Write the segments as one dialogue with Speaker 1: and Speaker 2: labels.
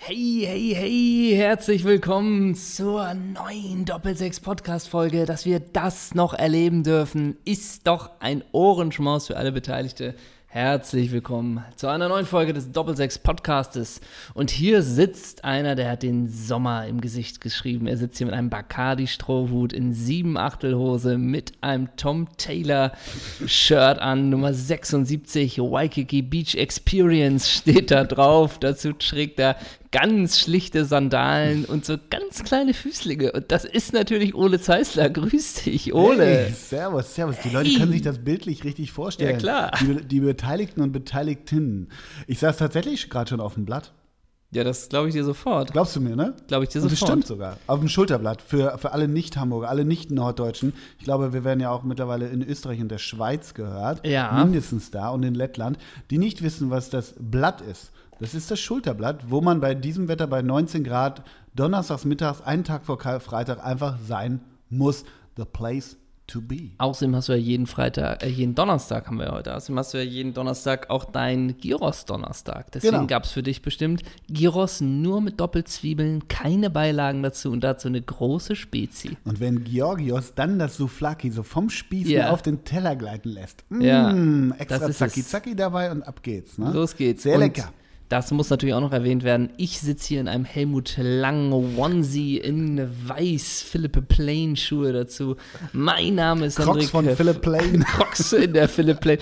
Speaker 1: Hey, hey, herzlich willkommen zur neuen Doppelsechs-Podcast-Folge. Dass wir das noch erleben dürfen, ist doch ein Ohrenschmaus für alle Beteiligte. Herzlich willkommen zu einer neuen Folge des Doppelsechs-Podcastes. Und hier sitzt einer, der hat den Sommer im Gesicht geschrieben. Er sitzt hier mit einem Bacardi-Strohhut in Siebenachtelhose, mit einem Tom Taylor-Shirt an, Nummer 76, Waikiki Beach Experience steht da drauf. Dazu trägt er ganz schlichte Sandalen und so ganz kleine Füßlinge. Und das ist natürlich Ole Zeisler. Grüß dich, Ole.
Speaker 2: Hey, servus, servus. Die Leute können sich das bildlich richtig vorstellen.
Speaker 1: Ja, klar.
Speaker 2: Die, die Beteiligten und Beteiligtinnen. Ich saß tatsächlich gerade schon auf dem Blatt.
Speaker 1: Ja, das glaube ich dir sofort.
Speaker 2: Glaubst du mir, ne?
Speaker 1: Glaube ich dir
Speaker 2: Und
Speaker 1: sofort.
Speaker 2: Bestimmt sogar. Auf dem Schulterblatt für, für alle Nicht-Hamburger, alle Nicht-Norddeutschen. Ich glaube, wir werden ja auch mittlerweile in Österreich und der Schweiz gehört.
Speaker 1: Ja.
Speaker 2: Mindestens da und in Lettland, die nicht wissen, was das Blatt ist. Das ist das Schulterblatt, wo man bei diesem Wetter bei 19 Grad donnerstags mittags, einen Tag vor Karfreitag, einfach sein muss. The place to be.
Speaker 1: Außerdem hast du ja jeden Freitag, äh, jeden Donnerstag haben wir ja heute. Außerdem hast du ja jeden Donnerstag auch deinen Gyros-Donnerstag. Deswegen
Speaker 2: Genau.
Speaker 1: gab es für dich bestimmt Gyros nur mit Doppelzwiebeln, keine Beilagen dazu und dazu eine große Spezi.
Speaker 2: Und wenn Georgios dann das Souflaki so vom Spießen
Speaker 1: Ja.
Speaker 2: auf den Teller gleiten lässt. Mm,
Speaker 1: Ja, das
Speaker 2: Extra
Speaker 1: ist es.
Speaker 2: Zacki-Zacki dabei und ab geht's. Ne?
Speaker 1: Los geht's.
Speaker 2: Sehr
Speaker 1: Und
Speaker 2: lecker.
Speaker 1: Das muss natürlich auch noch erwähnt werden. Ich sitze hier in einem Helmut Lang Onesie in weiß, Philippe Plain Schuhe dazu. Mein Name ist
Speaker 2: Crocs
Speaker 1: Hendrik
Speaker 2: von Philipp Plain.
Speaker 1: Crocs in der Philipp Plain.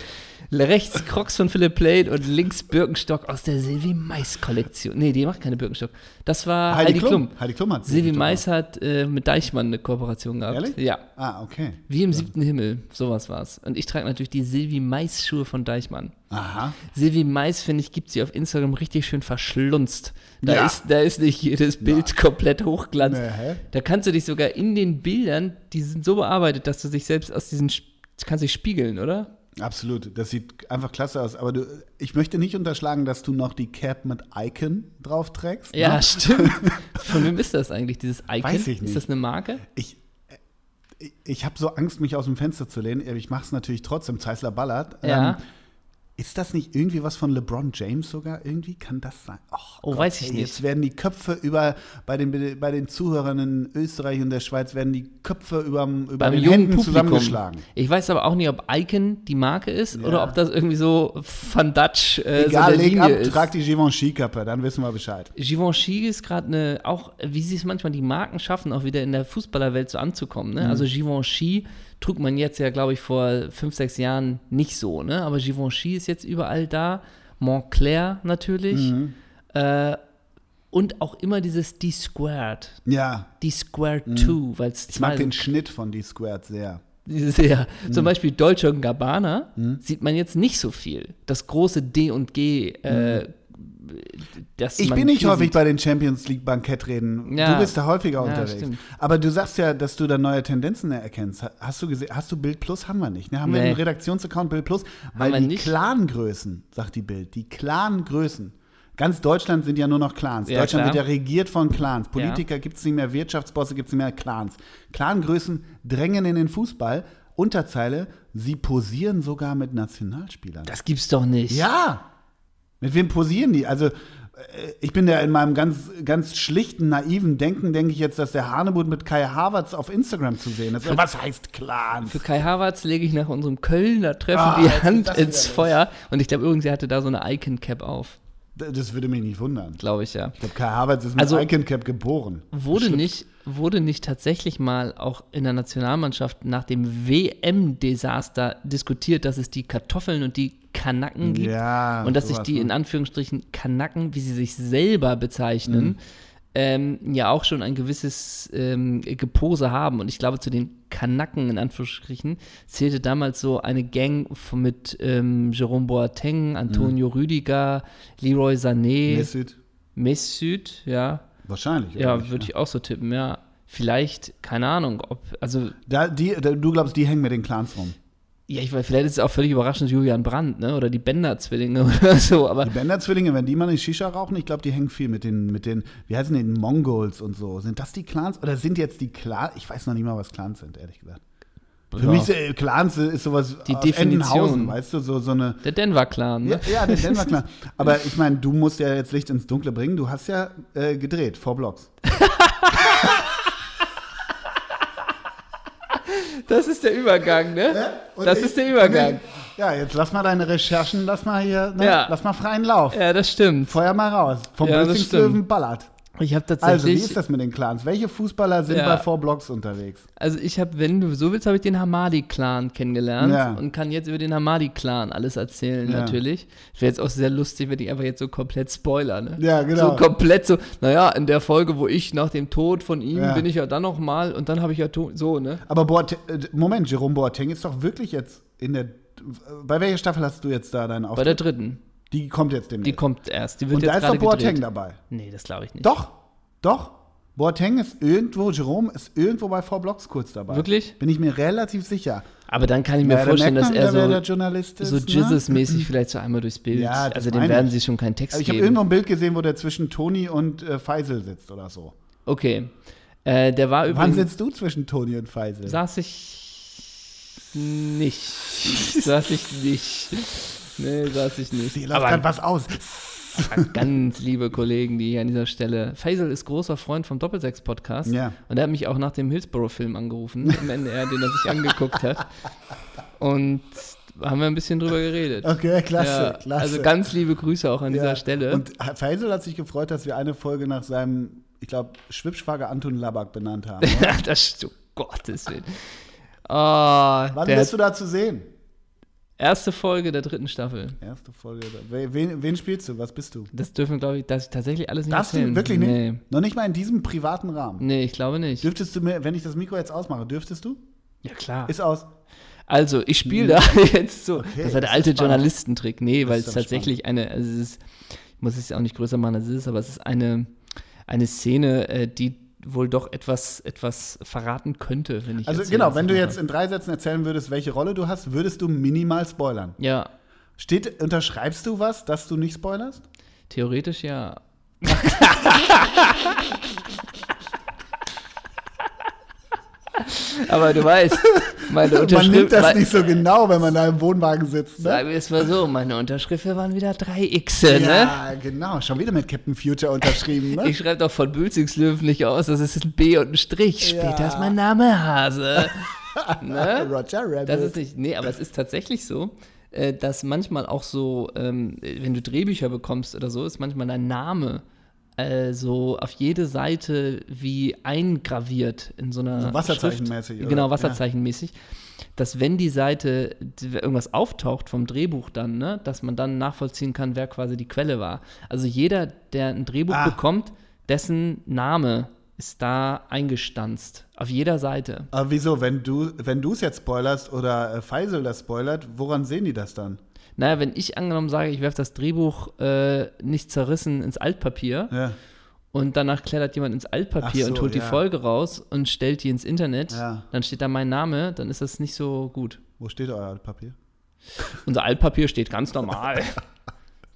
Speaker 1: Rechts Crocs von Philipp Plain und links Birkenstock aus der Silvi Mais Kollektion. Nee, die macht keine Birkenstock. Das war Ah, Heidi, Klum.
Speaker 2: Heidi Klum hat
Speaker 1: Silvi Mais hat äh, mit Deichmann eine Kooperation gehabt.
Speaker 2: Ehrlich?
Speaker 1: Ja.
Speaker 2: Ah, okay.
Speaker 1: Wie im siebten Himmel, sowas war's. Und ich trage natürlich die Silvi Mais Schuhe von Deichmann.
Speaker 2: Aha.
Speaker 1: Silvi Mais, finde ich, gibt sie auf Instagram richtig schön verschlunzt. Da,
Speaker 2: Ja.
Speaker 1: ist, da ist nicht jedes Bild komplett Hochglanz.
Speaker 2: Nee, hä?
Speaker 1: Da kannst du dich sogar in den Bildern, die sind so bearbeitet, dass du dich selbst aus diesen, Sp- kannst dich spiegeln, oder?
Speaker 2: Absolut. Das sieht einfach klasse aus. Aber du, ich möchte nicht unterschlagen, dass du noch die Cap mit Icon drauf trägst. ne?
Speaker 1: Ja, stimmt. Von wem ist das eigentlich, dieses Icon?
Speaker 2: Weiß ich nicht.
Speaker 1: Ist das eine Marke?
Speaker 2: Ich, äh, ich- ich habe so Angst, mich aus dem Fenster zu lehnen. Ich mache es natürlich trotzdem. Zeisler ballert.
Speaker 1: Ja.
Speaker 2: Ähm, ist das nicht irgendwie was von LeBron James sogar? Irgendwie kann das sein. Och,
Speaker 1: Oh, weiß ich
Speaker 2: ey,
Speaker 1: nicht.
Speaker 2: Jetzt werden die Köpfe über, bei den, bei den Zuhörern in Österreich und der Schweiz, werden die Köpfe überm- über,
Speaker 1: Beim
Speaker 2: den
Speaker 1: jungen
Speaker 2: Händen
Speaker 1: Publikum.
Speaker 2: zusammengeschlagen.
Speaker 1: Ich weiß aber auch nicht, ob Icon die Marke ist oder ob das irgendwie so Van Dutch äh,
Speaker 2: Egal,
Speaker 1: so eine
Speaker 2: leg
Speaker 1: Linie
Speaker 2: ab,
Speaker 1: ist.
Speaker 2: trag die Givenchy-Kappe, dann wissen wir Bescheid.
Speaker 1: Givenchy ist gerade eine, auch wie sie es manchmal die Marken schaffen, auch wieder in der Fußballerwelt so anzukommen.
Speaker 2: Mhm.
Speaker 1: Ne? Also Givenchy trug man jetzt ja, glaube ich, vor fünf, sechs Jahren nicht so. Ne? Aber Givenchy ist jetzt überall da. Montclair natürlich.
Speaker 2: Mhm.
Speaker 1: Äh, und auch immer dieses D-Squared.
Speaker 2: Ja,
Speaker 1: D-Squared 2, weil es
Speaker 2: ich mag
Speaker 1: zwei
Speaker 2: den Schnitt von D-Squared sehr.
Speaker 1: dieses Jahr.
Speaker 2: Mhm.
Speaker 1: Zum Beispiel Dolce Gabbana sieht man jetzt nicht so viel. Das große D und G. Äh, das
Speaker 2: Mhm. Ich
Speaker 1: man
Speaker 2: bin nicht
Speaker 1: viel
Speaker 2: häufig
Speaker 1: sieht.
Speaker 2: bei den Champions League Bankettreden.
Speaker 1: Ja.
Speaker 2: Du bist da häufiger
Speaker 1: Ja,
Speaker 2: unterwegs.
Speaker 1: stimmt.
Speaker 2: Aber du sagst ja, dass du da neue Tendenzen erkennst. Ha- Hast du gesehen, hast du Bild Plus? Haben wir nicht. Ne? Haben wir
Speaker 1: Nee.
Speaker 2: einen Redaktionsaccount Bild Plus? Weil
Speaker 1: wir
Speaker 2: die
Speaker 1: nicht.
Speaker 2: Clangrößen, sagt die Bild, die Clangrößen. Ganz Deutschland sind ja nur noch Clans.
Speaker 1: Ja,
Speaker 2: Deutschland
Speaker 1: klar.
Speaker 2: wird ja regiert von Clans. Politiker gibt's gibt es nicht mehr, Wirtschaftsbosse gibt es nicht mehr, Clans. Clangrößen drängen in den Fußball. Unterzeile, sie posieren sogar mit Nationalspielern.
Speaker 1: Das gibt's doch nicht.
Speaker 2: Ja. Mit wem posieren die? Also, äh, ich bin ja in meinem ganz, ganz schlichten, naiven Denken, denke ich jetzt, dass der Hanebut mit Kai Havertz auf Instagram zu sehen ist. Was heißt Clans?
Speaker 1: Für Kai Havertz lege ich nach unserem Kölner Treffen
Speaker 2: Ah,
Speaker 1: die
Speaker 2: jetzt ist
Speaker 1: Hand
Speaker 2: das
Speaker 1: ins
Speaker 2: wieder los.
Speaker 1: Feuer. Und ich glaube übrigens, er hatte da so eine Icon-Cap auf,
Speaker 2: D- Das würde mich nicht wundern.
Speaker 1: glaube ich ja.
Speaker 2: Ich glaube, Kai Havertz ist mit
Speaker 1: Also-
Speaker 2: Icon Cap geboren.
Speaker 1: Wurde nicht, wurde nicht tatsächlich mal auch in der Nationalmannschaft nach dem WM-Desaster diskutiert, dass es die Kartoffeln und die Kanacken gibt?
Speaker 2: Ja,
Speaker 1: und dass sich
Speaker 2: sowas,
Speaker 1: die
Speaker 2: ne?
Speaker 1: in Anführungsstrichen Kanacken, wie sie sich selber bezeichnen,
Speaker 2: Mhm.
Speaker 1: ähm, ja auch schon ein gewisses ähm, Gepose haben. Und ich glaube, zu den Kanacken in Anführungsstrichen zählte damals so eine Gang von, mit ähm, Jerome Boateng, Antonio Rüdiger, Leroy Sané,
Speaker 2: Mhm. Mesut?
Speaker 1: Mesut, ja.
Speaker 2: Wahrscheinlich. oder
Speaker 1: Ja,
Speaker 2: nicht,
Speaker 1: würde
Speaker 2: ne?
Speaker 1: ich auch so tippen, ja. Vielleicht, keine Ahnung, ob, also,
Speaker 2: Da, die, da, du glaubst, die hängen mit den Clans rum.
Speaker 1: ja, ich weiß, vielleicht ist es auch völlig überraschend Julian Brandt, ne, oder die Bender-Zwillinge oder so, aber
Speaker 2: Die Bender-Zwillinge, wenn die mal eine Shisha rauchen, ich glaube, die hängen viel mit den, mit den, wie heißen die, den Mongols und so. Sind das die Clans? Oder sind jetzt die Clans? Ich weiß noch nicht mal, was Clans sind, ehrlich gesagt. Für mich äh, Clans ist sowas
Speaker 1: Die
Speaker 2: aus
Speaker 1: Definition.
Speaker 2: Entenhausen, weißt du, so, so eine
Speaker 1: der Denver-Clan, ne?
Speaker 2: Ja, ja den Denver Clan. Aber ich meine, du musst ja jetzt Licht ins Dunkle bringen. Du hast ja äh, gedreht, vor Blocks.
Speaker 1: Das ist der Übergang, ne? Das ist der Übergang.
Speaker 2: Ja, jetzt lass mal deine Recherchen, lass mal hier, ne,
Speaker 1: Ja.
Speaker 2: lass mal freien Lauf.
Speaker 1: Ja, das stimmt.
Speaker 2: Feuer mal raus. Vom
Speaker 1: Ja,
Speaker 2: ja,
Speaker 1: das
Speaker 2: Löwen
Speaker 1: stimmt.
Speaker 2: ballert.
Speaker 1: Ich habe
Speaker 2: Also, wie
Speaker 1: tatsächlich,
Speaker 2: ist das mit den Clans? Welche Fußballer sind
Speaker 1: Ja.
Speaker 2: bei Four Blocks unterwegs?
Speaker 1: also ich habe, wenn du so willst, habe ich den Hamadi-Clan kennengelernt
Speaker 2: Ja.
Speaker 1: und kann jetzt über den Hamadi-Clan alles erzählen,
Speaker 2: Ja.
Speaker 1: natürlich. Wäre jetzt auch sehr lustig, wenn ich einfach jetzt so komplett spoiler, ne?
Speaker 2: Ja, genau.
Speaker 1: So komplett so, naja, in der Folge, wo ich nach dem Tod von ihm
Speaker 2: Ja.
Speaker 1: bin ich ja dann nochmal und dann habe ich ja to- so, ne?
Speaker 2: Aber Boate äh, Moment, Jerome Boateng ist doch wirklich jetzt in der. äh, Bei welcher Staffel hast du jetzt da deinen
Speaker 1: Bei
Speaker 2: Auftritt?
Speaker 1: der dritten.
Speaker 2: die kommt jetzt
Speaker 1: Die
Speaker 2: demnächst.
Speaker 1: kommt erst. Die wird
Speaker 2: Und
Speaker 1: jetzt
Speaker 2: da ist doch
Speaker 1: gerade
Speaker 2: Boateng
Speaker 1: gedreht.
Speaker 2: dabei.
Speaker 1: Nee, das glaube ich nicht.
Speaker 2: Doch, doch. Boateng ist irgendwo, Jerome ist irgendwo bei Four Blocks kurz dabei.
Speaker 1: Wirklich?
Speaker 2: Bin ich mir relativ sicher.
Speaker 1: Aber dann kann ich mir
Speaker 2: Ja, da
Speaker 1: vorstellen,
Speaker 2: merkt
Speaker 1: dass
Speaker 2: man
Speaker 1: er
Speaker 2: wieder, wer der
Speaker 1: so,
Speaker 2: Journalist ist,
Speaker 1: so
Speaker 2: ne?
Speaker 1: Jesus-mäßig vielleicht so einmal durchs Bild.
Speaker 2: Ja, das
Speaker 1: also dem
Speaker 2: meine
Speaker 1: werden
Speaker 2: ich.
Speaker 1: sie schon keinen Text
Speaker 2: Also ich habe
Speaker 1: geben.
Speaker 2: irgendwo ein Bild gesehen, wo der zwischen Toni und äh, Feisel sitzt oder so.
Speaker 1: Okay. Äh, der war
Speaker 2: Wann
Speaker 1: übrigens.
Speaker 2: sitzt du zwischen Toni und Feisel?
Speaker 1: Saß ich nicht. saß ich nicht. Nee, saß ich nicht.
Speaker 2: Sie läuft
Speaker 1: Aber
Speaker 2: gerade was aus.
Speaker 1: ganz liebe Kollegen, die hier an dieser Stelle. Faisal ist großer Freund vom Doppelsechs-Podcast.
Speaker 2: Ja.
Speaker 1: Und er hat mich auch nach dem Hillsborough-Film angerufen, im NDR, den er sich angeguckt hat. Und haben wir ein bisschen drüber geredet.
Speaker 2: Okay, klasse,
Speaker 1: Ja,
Speaker 2: klasse.
Speaker 1: Also ganz liebe Grüße auch an
Speaker 2: Ja.
Speaker 1: dieser Stelle.
Speaker 2: Und Feisel hat sich gefreut, dass wir eine Folge nach seinem, ich glaube, Schwibschwager Anton Labak benannt haben.
Speaker 1: ja, das oh Gottes Willen. Ah,
Speaker 2: Wann
Speaker 1: der
Speaker 2: bist du da zu sehen?
Speaker 1: erste Folge der dritten Staffel.
Speaker 2: Erste Folge. We- Wen, wen spielst du? Was bist du?
Speaker 1: Das dürfen, glaube ich, das tatsächlich alles nicht
Speaker 2: Darfst
Speaker 1: erzählen.
Speaker 2: du wirklich nicht?
Speaker 1: Nee.
Speaker 2: Noch nicht mal in diesem privaten Rahmen.
Speaker 1: Nee, ich glaube nicht.
Speaker 2: Dürftest du mir, wenn ich das Mikro jetzt ausmache, dürftest du?
Speaker 1: Ja, klar.
Speaker 2: Ist aus.
Speaker 1: Also, ich spiele da jetzt so. das war
Speaker 2: Mhm. das
Speaker 1: der alte
Speaker 2: ist spannend.
Speaker 1: Journalistentrick. Nee, weil
Speaker 2: ist
Speaker 1: es
Speaker 2: aber
Speaker 1: tatsächlich eine, also es ist, ich muss es auch nicht größer machen, als es ist, aber es ist eine, eine Szene, äh, die wohl doch etwas, etwas verraten könnte, wenn ich
Speaker 2: Also
Speaker 1: jetzt hier
Speaker 2: genau,
Speaker 1: was
Speaker 2: wenn du
Speaker 1: mache.
Speaker 2: jetzt in drei Sätzen erzählen würdest, welche Rolle du hast, würdest du minimal spoilern.
Speaker 1: Ja,
Speaker 2: Steht, unterschreibst du was, dass du nicht spoilerst?
Speaker 1: theoretisch ja. aber du weißt, meine Unterschrift.
Speaker 2: Man nimmt das
Speaker 1: mein-
Speaker 2: nicht so genau, wenn man da im Wohnwagen sitzt. Ne?
Speaker 1: Sagen wir es mal so, meine Unterschriften waren wieder drei Xe, ne?
Speaker 2: Ja, genau. Schon wieder mit Captain Future unterschrieben. Ne?
Speaker 1: Ich schreibe doch von Bülzingslöwen nicht aus, das ist ein B und ein Strich.
Speaker 2: Ja.
Speaker 1: Später ist mein Name Hase. ne?
Speaker 2: Roger Rabbit.
Speaker 1: Das ist nicht, nee, aber es ist tatsächlich so, äh, dass manchmal auch so, ähm, wenn du Drehbücher bekommst oder so, ist manchmal dein Name äh, so auf jede Seite wie eingraviert in so einer
Speaker 2: So wasserzeichenmäßig,
Speaker 1: Schrift.
Speaker 2: oder?
Speaker 1: Genau,
Speaker 2: Ja.
Speaker 1: wasserzeichenmäßig. Dass wenn die Seite die- irgendwas auftaucht vom Drehbuch dann, ne, dass man dann nachvollziehen kann, wer quasi die Quelle war. Also jeder, der ein Drehbuch
Speaker 2: Ah.
Speaker 1: bekommt, dessen Name ist da eingestanzt. Auf jeder Seite.
Speaker 2: aber wieso, wenn du wenn du es jetzt spoilerst oder äh, Faisal das spoilert, woran sehen die das dann?
Speaker 1: Naja, wenn ich angenommen sage, ich werfe das Drehbuch äh, nicht zerrissen ins Altpapier
Speaker 2: Ja,
Speaker 1: und danach klettert jemand ins Altpapier
Speaker 2: Ach so,
Speaker 1: und holt
Speaker 2: ja.
Speaker 1: die Folge raus und stellt die ins Internet,
Speaker 2: Ja.
Speaker 1: dann steht da mein Name, dann ist das nicht so gut.
Speaker 2: wo steht euer Papier?
Speaker 1: Unser Altpapier steht ganz normal.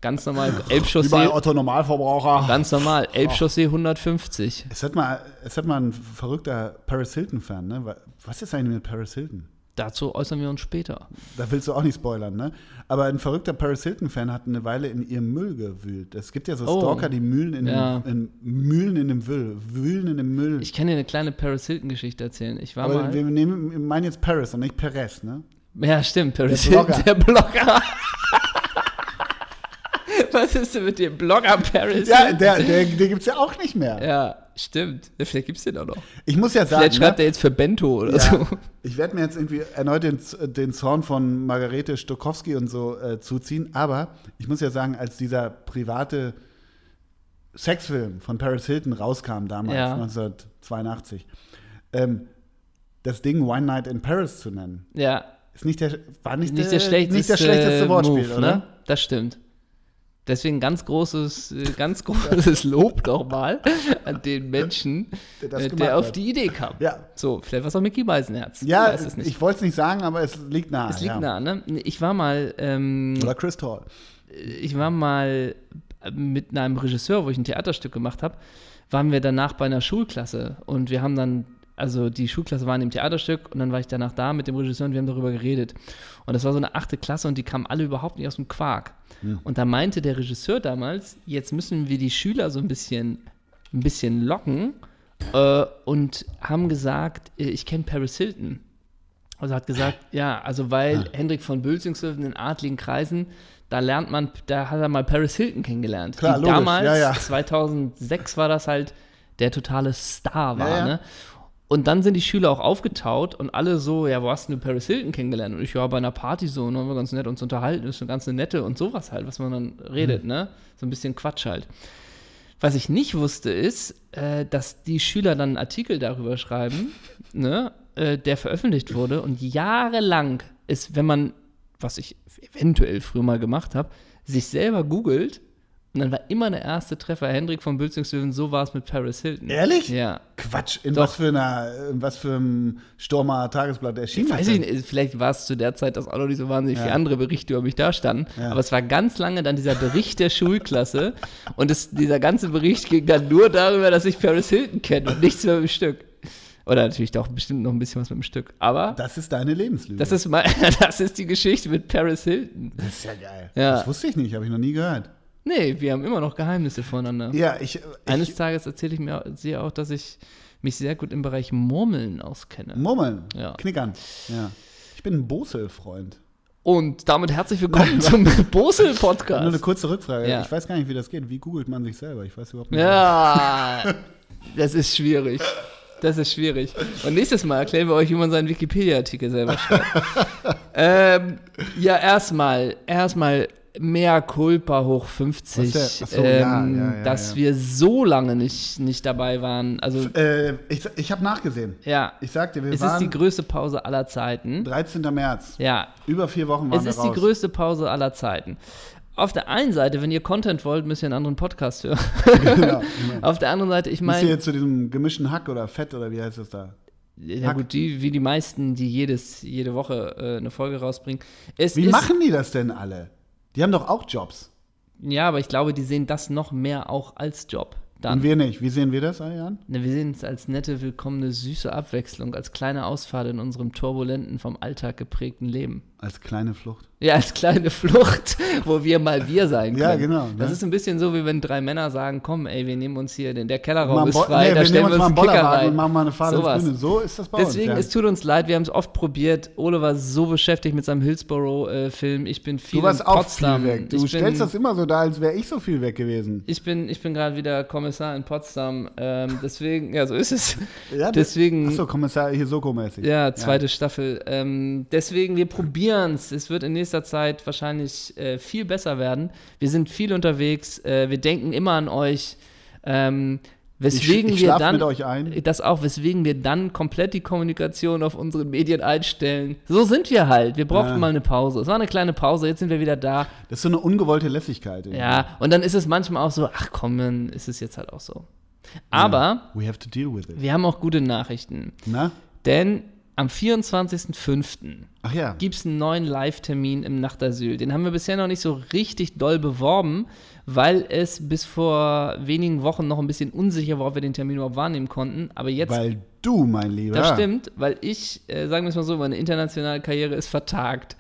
Speaker 1: ganz normal, Elbchaussee,
Speaker 2: Überall Oh. Otto Normalverbraucher.
Speaker 1: ganz normal, Elbchaussee 150.
Speaker 2: Es hat mal, es hat mal ein verrückter Paris Hilton-Fan, ne? Wa- Was ist eigentlich mit Paris Hilton?
Speaker 1: Dazu äußern wir uns später.
Speaker 2: Da willst du auch nicht spoilern, ne? Aber ein verrückter Paris Hilton-Fan hat eine Weile in ihrem Müll gewühlt. Es gibt ja so
Speaker 1: Oh.
Speaker 2: Stalker, die Mühlen in,
Speaker 1: Ja.
Speaker 2: dem, in Mühlen in dem Müll, wühlen in dem Müll.
Speaker 1: Ich kann dir eine kleine Paris Hilton-Geschichte erzählen. Ich war
Speaker 2: Aber
Speaker 1: mal.
Speaker 2: wir nehmen, wir meinen jetzt Paris und nicht Perez, ne?
Speaker 1: Ja, stimmt, Paris
Speaker 2: Der
Speaker 1: Hilton,
Speaker 2: Blogger.
Speaker 1: der Blogger. Was ist denn mit dem Blogger Paris?
Speaker 2: Ja,
Speaker 1: Hilton?
Speaker 2: der, der, der gibt's ja auch nicht mehr.
Speaker 1: ja stimmt. Ja, vielleicht gibt's den auch noch.
Speaker 2: Ich muss ja sagen,
Speaker 1: Vielleicht schreibt
Speaker 2: ne?
Speaker 1: er jetzt für Bento oder
Speaker 2: ja,
Speaker 1: so.
Speaker 2: ich werde mir jetzt irgendwie erneut den, Z- den Zorn von Margarete Stokowski und so äh, zuziehen, aber ich muss ja sagen, als dieser private Sexfilm von Paris Hilton rauskam damals,
Speaker 1: Ja.
Speaker 2: 1982, ähm, das Ding One Night in Paris zu nennen,
Speaker 1: Ja,
Speaker 2: ist nicht der, war Äh, nicht,
Speaker 1: nicht,
Speaker 2: der,
Speaker 1: der schlechteste,
Speaker 2: nicht der schlechteste Wortspiel,
Speaker 1: Move,
Speaker 2: oder?
Speaker 1: Ne? Das stimmt. Deswegen ganz großes, äh, ganz großes Lob nochmal an den Menschen,
Speaker 2: Der das
Speaker 1: äh,
Speaker 2: gemacht
Speaker 1: der auf
Speaker 2: hat.
Speaker 1: die Idee kam.
Speaker 2: Ja.
Speaker 1: So, vielleicht war es auch Mickey Beisenherz.
Speaker 2: Ja,
Speaker 1: ich weiß es nicht.
Speaker 2: ich wollte es nicht sagen, aber es liegt nahe.
Speaker 1: es liegt
Speaker 2: ja.
Speaker 1: nah, ne? Ich war mal ähm,
Speaker 2: Oder Chris Hall.
Speaker 1: ich war mal mit einem Regisseur, wo ich ein Theaterstück gemacht habe, waren wir danach bei einer Schulklasse und wir haben dann also die Schulklasse war in dem Theaterstück und dann war ich danach da mit dem Regisseur und wir haben darüber geredet. Und das war so eine achte Klasse und die kamen alle überhaupt nicht aus dem Quark. Und da meinte der Regisseur damals, jetzt müssen wir die Schüler so ein bisschen, ein bisschen locken äh, und haben gesagt, äh, ich kenne Paris Hilton. Also hat gesagt, ja, also weil
Speaker 2: Ah.
Speaker 1: Hendrik von Bülzingshöfen in adligen Kreisen, da lernt man, da hat er mal Paris Hilton kennengelernt.
Speaker 2: Klar,
Speaker 1: die
Speaker 2: logisch,
Speaker 1: damals,
Speaker 2: ja, ja.
Speaker 1: 2006 war das halt, der totale Star war,
Speaker 2: Ja, ja.
Speaker 1: ne? Und dann sind die Schüler auch aufgetaut und alle so, ja, wo hast denn du Paris Hilton kennengelernt? Und ich, ja, bei einer Party so, und dann haben wir ganz nett uns unterhalten, ist eine ganz nette und sowas halt, was man dann
Speaker 2: Mhm.
Speaker 1: redet, ne? So ein bisschen Quatsch halt. Was ich nicht wusste, ist, äh, dass die Schüler dann einen Artikel darüber schreiben, ne, äh, der veröffentlicht wurde und jahrelang ist, wenn man, was ich eventuell früher mal gemacht habe, sich selber googelt und dann war immer der erste Treffer Hendrik von Bülzingslöwen, so war es mit Paris Hilton.
Speaker 2: Ehrlich?
Speaker 1: Ja.
Speaker 2: Quatsch, in
Speaker 1: Doch.
Speaker 2: was für einer, in was für einem Stürmer Tagesblatt erschien das
Speaker 1: Weiß
Speaker 2: denn?
Speaker 1: ich nicht, vielleicht war es zu der Zeit, dass auch noch nicht so wahnsinnig
Speaker 2: Ja.
Speaker 1: viele andere Berichte über mich da standen.
Speaker 2: Ja.
Speaker 1: Aber es war ganz lange dann dieser Bericht der Schulklasse. Und es, dieser ganze Bericht ging dann nur darüber, dass ich Paris Hilton kenne und nichts mehr mit dem Stück. Oder natürlich doch bestimmt noch ein bisschen was mit dem Stück. Aber
Speaker 2: Das ist deine Lebenslüge.
Speaker 1: das ist, mein, das ist die Geschichte mit Paris Hilton.
Speaker 2: Das ist ja geil.
Speaker 1: Ja.
Speaker 2: Das wusste ich nicht, habe ich noch nie gehört.
Speaker 1: Nee, wir haben immer noch Geheimnisse voneinander.
Speaker 2: Ja, ich, ich
Speaker 1: Eines Tages erzähle ich mir sie auch, dass ich mich sehr gut im Bereich Murmeln auskenne.
Speaker 2: murmeln,
Speaker 1: Ja.
Speaker 2: knickern. Ja. Ich bin ein Bosel-Freund.
Speaker 1: Und damit herzlich willkommen zum
Speaker 2: Nur eine
Speaker 1: Bosel-Podcast.
Speaker 2: kurze Rückfrage.
Speaker 1: Ja.
Speaker 2: Ich weiß gar nicht, wie das geht. Wie googelt man sich selber? Ich weiß überhaupt nicht.
Speaker 1: Ja, das ist schwierig. Das ist schwierig. Und nächstes Mal erklären wir euch, wie man seinen Wikipedia-Artikel selber schreibt. ähm, ja, erstmal, erstmal mehr Culpa hoch 50,
Speaker 2: Was der- ach so, ja,
Speaker 1: ähm,
Speaker 2: ja, ja,
Speaker 1: dass
Speaker 2: ja.
Speaker 1: wir so lange nicht, nicht dabei waren. Also,
Speaker 2: Äh, ich ich habe nachgesehen.
Speaker 1: ja,
Speaker 2: Ich sagte, wir
Speaker 1: es ist die
Speaker 2: waren
Speaker 1: größte Pause aller Zeiten.
Speaker 2: 13. März.
Speaker 1: Ja,
Speaker 2: Über vier Wochen waren
Speaker 1: es
Speaker 2: wir
Speaker 1: ist
Speaker 2: raus.
Speaker 1: die größte Pause aller Zeiten. Auf der einen Seite, wenn ihr Content wollt, müsst ihr einen anderen Podcast hören.
Speaker 2: genau.
Speaker 1: Auf der anderen Seite, ich
Speaker 2: Müsst
Speaker 1: meine,
Speaker 2: ihr jetzt zu diesem gemischten Hack oder Fett oder wie heißt das da?
Speaker 1: Ja,
Speaker 2: Hack.
Speaker 1: gut, die, wie die meisten, die jedes, jede Woche äh, eine Folge rausbringen. Es
Speaker 2: Wie
Speaker 1: ist,
Speaker 2: machen die das denn alle? Die haben doch auch Jobs.
Speaker 1: Ja, aber ich glaube, die sehen das noch mehr auch als Job.
Speaker 2: Und
Speaker 1: Dann.
Speaker 2: wir nicht. Wie sehen wir das, Ayan?
Speaker 1: Ne, wir sehen es als nette, willkommene, süße Abwechslung, als kleine Ausfahrt in unserem turbulenten, vom Alltag geprägten Leben.
Speaker 2: Als kleine Flucht.
Speaker 1: Ja, als kleine Flucht, wo wir mal wir sein können.
Speaker 2: Ja, genau,
Speaker 1: Das
Speaker 2: ne?
Speaker 1: ist ein bisschen so, wie wenn drei Männer sagen, komm, ey, wir nehmen uns hier, denn der Kellerraum
Speaker 2: Mal
Speaker 1: ist
Speaker 2: Bo-
Speaker 1: frei,
Speaker 2: nee,
Speaker 1: da
Speaker 2: wir
Speaker 1: stellen
Speaker 2: nehmen
Speaker 1: wir
Speaker 2: uns
Speaker 1: uns
Speaker 2: mal
Speaker 1: einen
Speaker 2: einen
Speaker 1: Kicker
Speaker 2: Bollerwagen
Speaker 1: rein.
Speaker 2: und machen mal eine Fahrt
Speaker 1: Sowas.
Speaker 2: ins Grüne. So ist das bei
Speaker 1: Deswegen,
Speaker 2: uns.
Speaker 1: es tut uns leid, wir haben es oft probiert. Ole war so beschäftigt mit seinem Hillsborough-Film. Ich bin viel
Speaker 2: du warst
Speaker 1: in
Speaker 2: auch
Speaker 1: Potsdam.
Speaker 2: viel weg. Du
Speaker 1: ich, bin,
Speaker 2: stellst das immer so dar, als wäre ich so viel weg gewesen.
Speaker 1: ich bin, ich bin gerade wieder Kommissar in Potsdam. Ähm, deswegen, ja, so ist es.
Speaker 2: Ja,
Speaker 1: Deswegen-
Speaker 2: Achso, Kommissar hier Soko-mäßig.
Speaker 1: Ja, zweite Staffel. Ähm, deswegen, wir probieren es. Es wird in nächster Zeit wahrscheinlich äh, viel besser werden. Wir sind viel unterwegs. Äh, wir denken immer an euch. Ähm,
Speaker 2: Ich,
Speaker 1: weswegen
Speaker 2: ich
Speaker 1: wir
Speaker 2: schlafe
Speaker 1: dann
Speaker 2: mit euch ein.
Speaker 1: das auch, weswegen wir dann komplett die Kommunikation auf unseren Medien einstellen. So sind wir halt. Wir brauchten
Speaker 2: Ja.
Speaker 1: mal eine Pause. Es war eine kleine Pause, jetzt sind wir wieder da.
Speaker 2: Das ist so eine ungewollte Lässigkeit. irgendwie.
Speaker 1: Ja, und dann ist es manchmal auch so, ach komm, dann ist es jetzt halt auch so. Aber
Speaker 2: We have to deal with it. ne?
Speaker 1: wir haben auch gute Nachrichten.
Speaker 2: Na?
Speaker 1: Denn am 24.05.
Speaker 2: Ach ja.
Speaker 1: gibt es einen neuen Live-Termin im Nachtasyl. Den haben wir bisher noch nicht so richtig doll beworben, weil es bis vor wenigen Wochen noch ein bisschen unsicher war, ob wir den Termin überhaupt wahrnehmen konnten. Aber jetzt
Speaker 2: Weil du, mein Lieber.
Speaker 1: Das stimmt, weil ich, äh, sagen wir es mal so, meine internationale Karriere ist vertagt.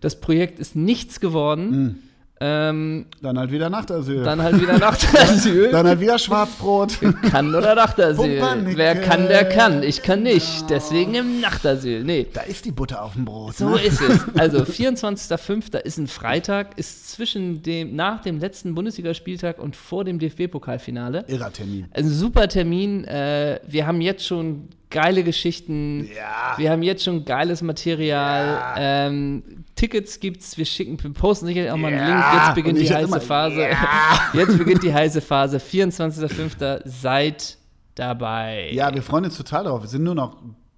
Speaker 1: Das Projekt ist nichts geworden. Ähm,
Speaker 2: Dann halt wieder Nachtasyl.
Speaker 1: dann halt wieder Nachtasyl.
Speaker 2: Dann halt wieder Schwarzbrot.
Speaker 1: kann oder Nachtasyl.
Speaker 2: Pumpernickel.
Speaker 1: Wer kann, der kann. Ich kann nicht. Deswegen im Nachtasyl. Nee.
Speaker 2: da ist die Butter auf dem Brot.
Speaker 1: So
Speaker 2: ne?
Speaker 1: ist es. Also 24.05. ist ein Freitag, ist zwischen dem, nach dem letzten Bundesligaspieltag und vor dem DFB-Pokalfinale.
Speaker 2: Irrer Termin.
Speaker 1: Ein Also, super Termin. Äh, wir haben jetzt schon geile Geschichten.
Speaker 2: Ja.
Speaker 1: Wir haben jetzt schon geiles Material. Ähm, Tickets gibt's. Wir schicken, wir posten sicherlich auch mal einen
Speaker 2: Ja.
Speaker 1: Link. Jetzt beginnt
Speaker 2: Und ich
Speaker 1: die
Speaker 2: jetzt
Speaker 1: heiße
Speaker 2: immer,
Speaker 1: Phase. Jetzt beginnt die heiße Phase. 24.05. Seid dabei.
Speaker 2: Ja, wir freuen uns total drauf. Wir sind nur noch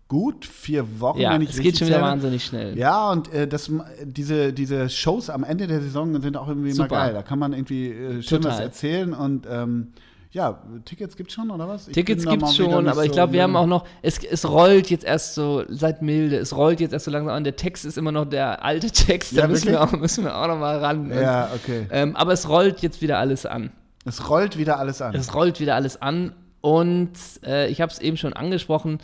Speaker 2: gut vier Wochen,
Speaker 1: Ja,
Speaker 2: wenn ich
Speaker 1: es
Speaker 2: richtig
Speaker 1: geht schon wieder
Speaker 2: zähle.
Speaker 1: wahnsinnig schnell.
Speaker 2: Ja, und äh, das, diese, diese Shows am Ende der Saison sind auch irgendwie
Speaker 1: Super.
Speaker 2: immer geil. Da kann man irgendwie äh, schön was
Speaker 1: Total.
Speaker 2: erzählen und ähm, ja, Tickets gibt's schon, oder was? Ich
Speaker 1: Tickets
Speaker 2: bin da mal
Speaker 1: gibt's
Speaker 2: wieder
Speaker 1: schon,
Speaker 2: nicht
Speaker 1: aber ich
Speaker 2: so
Speaker 1: glaube, wir haben
Speaker 2: im-
Speaker 1: auch noch, es, es rollt jetzt erst so, seid milde, es rollt jetzt erst so langsam an. Der Text ist immer noch der alte Text, da
Speaker 2: Ja,
Speaker 1: müssen wir, auch,
Speaker 2: wirklich?
Speaker 1: müssen wir auch noch mal ran.
Speaker 2: Ja, okay.
Speaker 1: Ähm, aber es rollt jetzt wieder alles an.
Speaker 2: Es rollt wieder alles an.
Speaker 1: Es rollt wieder alles an Und äh, ich habe es eben schon angesprochen.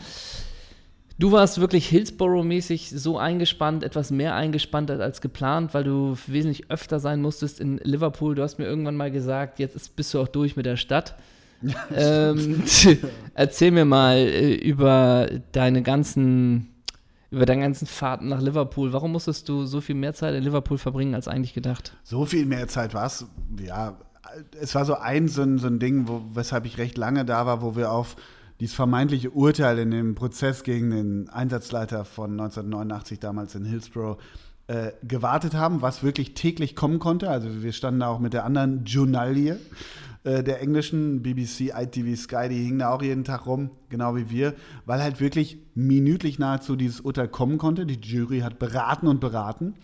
Speaker 1: Du warst wirklich Hillsborough-mäßig so eingespannt, etwas mehr eingespannt als geplant, weil du wesentlich öfter sein musstest in Liverpool. Du hast mir irgendwann mal gesagt, jetzt ist, bist du auch durch mit der Stadt. ähm, erzähl mir mal äh, über deine ganzen, über deine ganzen Fahrten nach Liverpool. Warum musstest du so viel mehr Zeit in Liverpool verbringen als eigentlich gedacht?
Speaker 2: So viel mehr Zeit war es, ja. Es war so ein, so ein, so ein Ding, wo, weshalb ich recht lange da war, wo wir auf dieses vermeintliche Urteil in dem Prozess gegen den Einsatzleiter von 1989 damals in Hillsborough äh, gewartet haben, was wirklich täglich kommen konnte. Also wir standen da auch mit der anderen Journalie äh, der englischen BBC, ITV, Sky, die hingen da auch jeden Tag rum, genau wie wir, weil halt wirklich minütlich nahezu dieses Urteil kommen konnte. Die Jury hat beraten und beraten.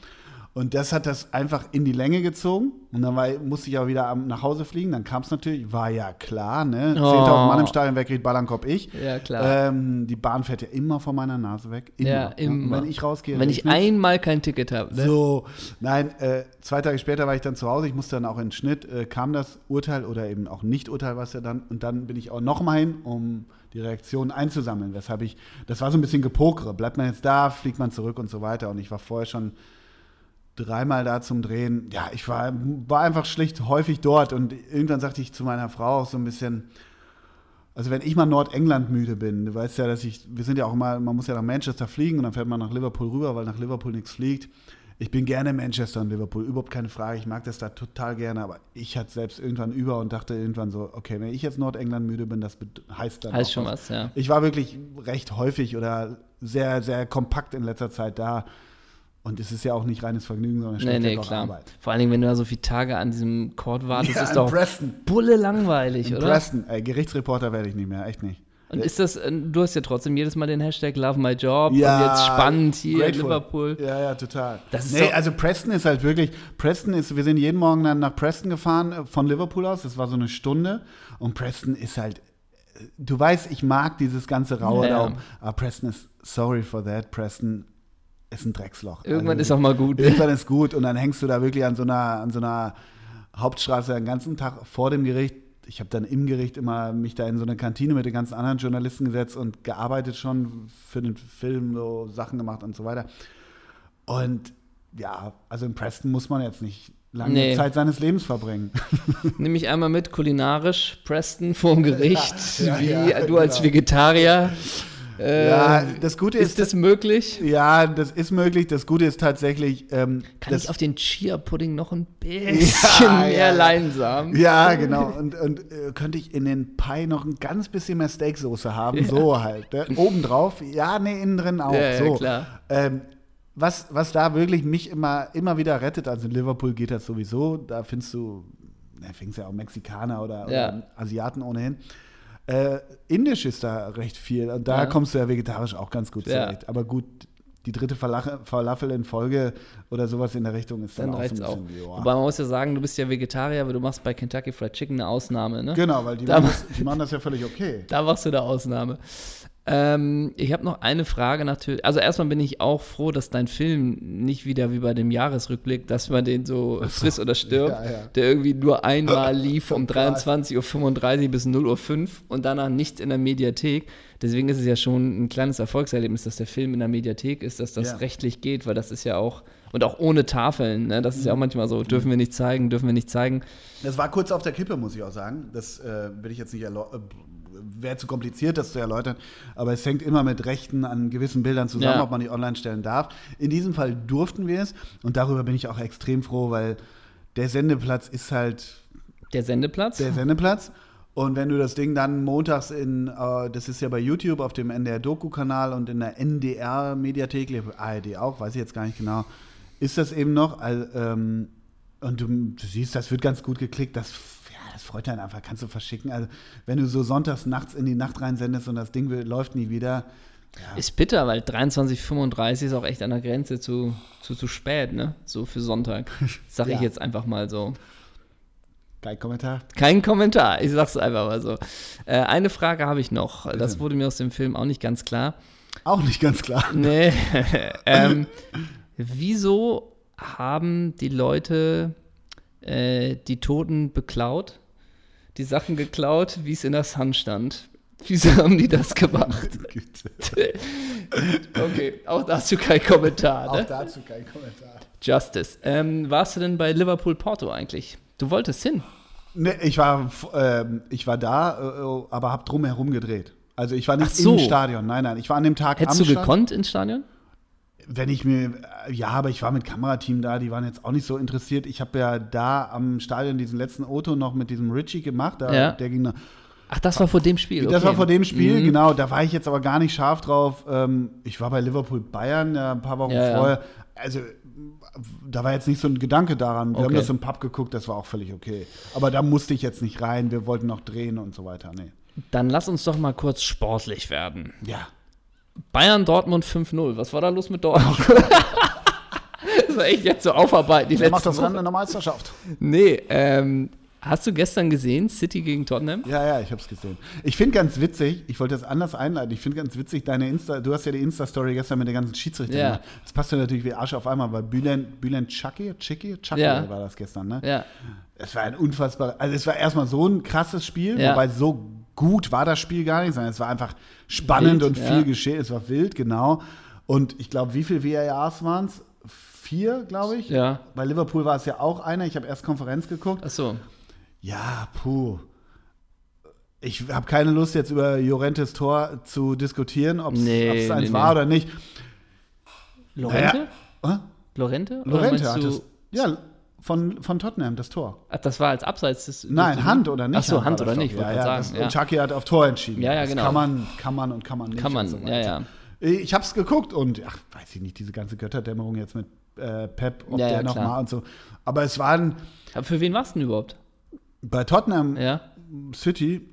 Speaker 2: Und das hat das einfach in die Länge gezogen. Und dann war, musste ich auch wieder am- nach Hause fliegen. Dann kam es natürlich, war ja klar, ne?
Speaker 1: Oh.
Speaker 2: 10.000 Mann im Stadion, wer kriegt Ballernkopf? Ich.
Speaker 1: Ja, klar.
Speaker 2: Ähm, die Bahn fährt ja immer vor meiner Nase weg. Immer.
Speaker 1: Ja, immer.
Speaker 2: Und Wenn ich rausgehe,
Speaker 1: Wenn
Speaker 2: regnet
Speaker 1: ich einmal kein Ticket habe. Ne?
Speaker 2: so, nein, äh, zwei Tage später war ich dann zu Hause. Ich musste dann auch in den Schnitt. Äh, kam das Urteil oder eben auch Nicht-Urteil, was ja dann. Und dann bin ich auch nochmal hin, um die Reaktion einzusammeln. Weshalb ich, das war so ein bisschen Gepokere. Bleibt man jetzt da, fliegt man zurück und so weiter. Und ich war vorher schon dreimal da zum Drehen. Ja, ich war, war einfach schlicht häufig dort. Und irgendwann sagte ich zu meiner Frau auch so ein bisschen, also wenn ich mal Nordengland müde bin, du weißt ja, dass ich, wir sind ja auch mal, man muss ja nach Manchester fliegen und dann fährt man nach Liverpool rüber, weil nach Liverpool nichts fliegt. Ich bin gerne in Manchester und Liverpool, überhaupt keine Frage. Ich mag das da total gerne, aber ich hatte selbst irgendwann über und dachte irgendwann so, okay, wenn ich jetzt Nordengland müde bin, das bed- heißt dann
Speaker 1: heißt
Speaker 2: auch
Speaker 1: schon was, ja.
Speaker 2: ich war wirklich recht häufig oder sehr, sehr kompakt in letzter Zeit da. Und es ist ja auch nicht reines Vergnügen, sondern
Speaker 1: Nee,
Speaker 2: steckt
Speaker 1: nee,
Speaker 2: ja auch
Speaker 1: klar.
Speaker 2: Arbeit.
Speaker 1: Vor allen Dingen, wenn du da so viele Tage an diesem Court wartest,
Speaker 2: Ja,
Speaker 1: ist
Speaker 2: in
Speaker 1: doch
Speaker 2: Preston.
Speaker 1: bulle langweilig,
Speaker 2: In
Speaker 1: oder?
Speaker 2: Preston, ey, Gerichtsreporter werde ich nicht mehr, echt nicht.
Speaker 1: Und ist das, äh, du hast ja trotzdem jedes Mal den Hashtag Love My Job und
Speaker 2: Ja,
Speaker 1: jetzt spannend hier in
Speaker 2: grateful.
Speaker 1: Liverpool.
Speaker 2: Ja, ja, total.
Speaker 1: Das ist
Speaker 2: nee,
Speaker 1: doch-
Speaker 2: also Preston ist halt wirklich, Preston ist, wir sind jeden Morgen dann nach Preston gefahren äh, von Liverpool aus, das war so eine Stunde und Preston ist halt, äh, du weißt, ich mag dieses ganze raue
Speaker 1: Ja.
Speaker 2: da oben, aber Preston ist, sorry for that, Preston ist ein Drecksloch.
Speaker 1: Irgendwann
Speaker 2: Also,
Speaker 1: ist auch mal gut.
Speaker 2: Irgendwann ist gut und dann hängst du da wirklich an so einer, an so einer Hauptstraße den ganzen Tag vor dem Gericht. Ich habe dann im Gericht immer mich da in so eine Kantine mit den ganzen anderen Journalisten gesetzt und gearbeitet schon für den Film, so Sachen gemacht und so weiter. Und ja, also in Preston muss man jetzt nicht lange
Speaker 1: Nee.
Speaker 2: Zeit seines Lebens verbringen.
Speaker 1: Nimm mich einmal mit, kulinarisch, Preston vorm Gericht,
Speaker 2: Ja, ja,
Speaker 1: wie
Speaker 2: ja,
Speaker 1: du als
Speaker 2: genau.
Speaker 1: Vegetarier. Äh,
Speaker 2: ja, das Gute
Speaker 1: ist
Speaker 2: ist,
Speaker 1: das möglich?
Speaker 2: ja, das ist möglich. Das Gute ist tatsächlich, ähm,
Speaker 1: Kann
Speaker 2: das
Speaker 1: ich auf den Chia-Pudding noch ein bisschen
Speaker 2: Ja,
Speaker 1: mehr
Speaker 2: ja.
Speaker 1: Leinsamen?
Speaker 2: Ja, genau. Und, und äh, könnte ich in den Pie noch ein ganz bisschen mehr Steaksoße haben? So halt. Ne? Obendrauf? Ja, nee, innen drin auch.
Speaker 1: Ja, ja,
Speaker 2: so.
Speaker 1: klar.
Speaker 2: Ähm, was, was da wirklich mich immer, immer wieder rettet, also in Liverpool geht das sowieso, da findest du, da findest ja auch Mexikaner oder,
Speaker 1: Ja.
Speaker 2: oder Asiaten ohnehin. Äh, Indisch ist da recht viel und da
Speaker 1: Ja.
Speaker 2: kommst du ja vegetarisch auch ganz gut
Speaker 1: Ja.
Speaker 2: zurecht. Aber gut, die dritte Falafel- Falafel in Folge oder sowas in der Richtung ist dann,
Speaker 1: Dann
Speaker 2: auch
Speaker 1: reicht's
Speaker 2: Genau, so
Speaker 1: auch.
Speaker 2: ein bisschen, joa.
Speaker 1: Wobei man muss ja sagen, du bist ja Vegetarier, aber du machst bei Kentucky Fried Chicken eine Ausnahme, ne?
Speaker 2: Genau, weil die,
Speaker 1: Da-
Speaker 2: machen das, die machen das ja völlig okay.
Speaker 1: Da machst du eine Ausnahme. Ähm, ich habe noch eine Frage natürlich. Also erstmal bin ich auch froh, dass dein Film nicht wieder wie bei dem Jahresrückblick, dass man den so frisst oder stirbt,
Speaker 2: Ja, ja.
Speaker 1: der irgendwie nur einmal lief um
Speaker 2: Oh Gott.
Speaker 1: 23.35 Uhr bis 0.05 Uhr und danach nicht in der Mediathek. Deswegen ist es ja schon ein kleines Erfolgserlebnis, dass der Film in der Mediathek ist, dass das
Speaker 2: Ja.
Speaker 1: rechtlich geht, weil das ist ja auch, und auch ohne Tafeln, ne? das ist
Speaker 2: Mhm.
Speaker 1: ja auch manchmal so, dürfen wir nicht zeigen, dürfen wir nicht zeigen.
Speaker 2: Das war kurz auf der Kippe, muss ich auch sagen. Das äh, will ich jetzt nicht erläutern. Wäre zu kompliziert, das zu erläutern. Aber es hängt immer mit Rechten an gewissen Bildern zusammen,
Speaker 1: Ja.
Speaker 2: ob man die online stellen darf. In diesem Fall durften wir es. Und darüber bin ich auch extrem froh, weil der Sendeplatz ist halt
Speaker 1: Der Sendeplatz?
Speaker 2: der Sendeplatz. Und wenn du das Ding dann montags in, äh, das ist ja bei YouTube auf dem NDR-Doku-Kanal und in der NDR-Mediathek, ich glaub, ARD auch, weiß ich jetzt gar nicht genau, ist das eben noch. all- ähm, und du, du siehst, das wird ganz gut geklickt. Das, f- ja, das freut einen einfach, kannst du verschicken. Also, wenn du so sonntags nachts in die Nacht reinsendest und das Ding wird, läuft nie wieder.
Speaker 1: Ist bitter, weil 23,35 ist auch echt an der Grenze zu, zu, zu spät, ne? So für Sonntag. Sag ich
Speaker 2: Ja.
Speaker 1: jetzt einfach mal so.
Speaker 2: Kein Kommentar.
Speaker 1: Kein Kommentar, ich sag's einfach mal so. Äh, eine Frage habe ich noch. Das wurde mir aus dem Film auch nicht ganz klar.
Speaker 2: Auch nicht ganz klar.
Speaker 1: Nee. ähm, wieso haben die Leute äh, die Toten beklaut? Die Sachen geklaut, wie es in der Sun stand? Wieso haben die das gemacht? okay, auch dazu kein Kommentar.
Speaker 2: Auch
Speaker 1: Ne?
Speaker 2: dazu kein Kommentar.
Speaker 1: Justice. Ähm, warst du denn bei Liverpool Porto eigentlich? Du wolltest hin.
Speaker 2: Nee, ich, war, ähm, ich war da, äh, aber hab drumherum gedreht. Also ich war nicht
Speaker 1: Ach so.
Speaker 2: im Stadion, nein, nein. Ich war an dem Tag
Speaker 1: Hättest du
Speaker 2: am Stadion.
Speaker 1: gekonnt ins Stadion?
Speaker 2: Wenn ich mir, äh, ja, aber ich war mit Kamerateam da, die waren jetzt auch nicht so interessiert. Ich habe ja da am Stadion diesen letzten Otto noch mit diesem Richie gemacht. Da,
Speaker 1: Ja.
Speaker 2: der ging noch,
Speaker 1: Ach, das war vor dem Spiel. Okay. Mhm.
Speaker 2: Das war vor dem Spiel, genau. Da war ich jetzt aber gar nicht scharf drauf. Ähm, ich war bei Liverpool Bayern ja, ein paar Wochen
Speaker 1: Ja, ja.
Speaker 2: vorher. Also da war jetzt nicht so ein Gedanke daran. Wir
Speaker 1: Okay.
Speaker 2: haben das im Pub geguckt, das war auch völlig okay. Aber da musste ich jetzt nicht rein. Wir wollten noch drehen und so weiter. Nee.
Speaker 1: Dann lass uns doch mal kurz sportlich werden.
Speaker 2: Ja.
Speaker 1: Bayern Dortmund 5-0. Was war da los mit Dortmund? das war echt jetzt so aufarbeiten. Die
Speaker 2: Oh Wer
Speaker 1: letzten
Speaker 2: macht das
Speaker 1: Wochen.
Speaker 2: Rennen in der Meisterschaft?
Speaker 1: Nee, ähm, hast du gestern gesehen, City gegen Tottenham?
Speaker 2: Ja, ja, ich hab's gesehen. Ich finde ganz witzig, ich wollte das anders einleiten, ich finde ganz witzig, deine Insta, du hast ja die Insta-Story gestern mit den ganzen Schiedsrichtern
Speaker 1: Ja.
Speaker 2: gemacht. Das passt ja natürlich wie Arsch auf einmal, weil Bülent, Bülent Chucky, Chucky, Chucky
Speaker 1: Ja.
Speaker 2: war das gestern, ne?
Speaker 1: Ja.
Speaker 2: Es war ein unfassbarer, also es war erstmal so ein krasses Spiel,
Speaker 1: Ja.
Speaker 2: wobei so gut war das Spiel gar nicht, sondern es war einfach spannend
Speaker 1: Wild,
Speaker 2: und viel
Speaker 1: ja.
Speaker 2: geschehen. Es war wild, genau. Und ich glaube, wie viel VARs waren es? Vier, glaube ich.
Speaker 1: Ja.
Speaker 2: Bei Liverpool war es ja auch einer. Ich habe erst Konferenz geguckt.
Speaker 1: Achso.
Speaker 2: Ja, puh. Ich habe keine Lust, jetzt über Jorentes Tor zu diskutieren, ob es
Speaker 1: Nee,
Speaker 2: eins
Speaker 1: nee,
Speaker 2: war
Speaker 1: nee.
Speaker 2: oder nicht.
Speaker 1: Lorente?
Speaker 2: Hä?
Speaker 1: Lorente? Oder
Speaker 2: Lorente
Speaker 1: meinst
Speaker 2: hat
Speaker 1: du-
Speaker 2: es. Ja, von, von Tottenham, das Tor.
Speaker 1: Ach, das war als Abseits des.
Speaker 2: Nein,
Speaker 1: des-
Speaker 2: Hand oder nicht?
Speaker 1: Hm? Ach so, Hand
Speaker 2: war das
Speaker 1: oder
Speaker 2: doch.
Speaker 1: nicht, wollte
Speaker 2: Ja,
Speaker 1: ich
Speaker 2: ja,
Speaker 1: gerade
Speaker 2: das,
Speaker 1: sagen.
Speaker 2: Und
Speaker 1: Ja.
Speaker 2: Chucky hat auf Tor entschieden.
Speaker 1: Ja, ja,
Speaker 2: Das
Speaker 1: genau.
Speaker 2: Kann man, kann man und kann man nicht.
Speaker 1: Kann man,
Speaker 2: und so
Speaker 1: ja,
Speaker 2: weiter. Äh,
Speaker 1: ja.
Speaker 2: Ich hab's geguckt und, ach, weiß ich nicht, diese ganze Götterdämmerung jetzt mit äh, Pep, ob
Speaker 1: Ja, ja,
Speaker 2: der noch
Speaker 1: klar.
Speaker 2: mal und so. Aber es waren
Speaker 1: Aber für wen warst du denn überhaupt?
Speaker 2: bei Tottenham
Speaker 1: Ja.
Speaker 2: City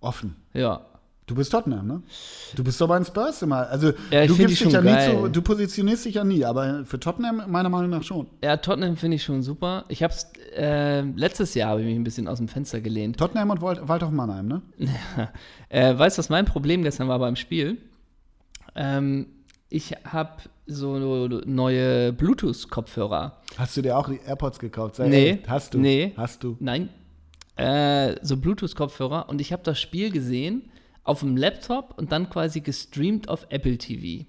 Speaker 2: offen.
Speaker 1: Ja.
Speaker 2: Du bist Tottenham, ne? Du bist doch bei den Spurs immer. Also,
Speaker 1: Ja, ich
Speaker 2: du
Speaker 1: find die
Speaker 2: gibst dich
Speaker 1: schon
Speaker 2: ja nie
Speaker 1: geil.
Speaker 2: zu, du positionierst dich ja nie, aber für Tottenham meiner Meinung nach schon.
Speaker 1: Ja, Tottenham finde ich schon super. Ich hab's, äh, letztes Jahr habe ich mich ein bisschen aus dem Fenster gelehnt.
Speaker 2: Tottenham und Wald- Waldhof Mannheim, ne?
Speaker 1: Äh, weißt du, was mein Problem gestern war beim Spiel? Ähm, ich habe so neue Bluetooth-Kopfhörer.
Speaker 2: Hast du dir auch die AirPods gekauft? Sei
Speaker 1: Nee.
Speaker 2: ehrlich. Hast du?
Speaker 1: Nee.
Speaker 2: Hast du?
Speaker 1: Nein. Äh, so Bluetooth-Kopfhörer. Und ich habe das Spiel gesehen auf dem Laptop und dann quasi gestreamt auf Apple TV.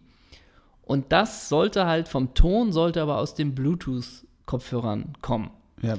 Speaker 1: Und das sollte halt vom Ton, sollte aber aus den Bluetooth-Kopfhörern kommen.
Speaker 2: Ja,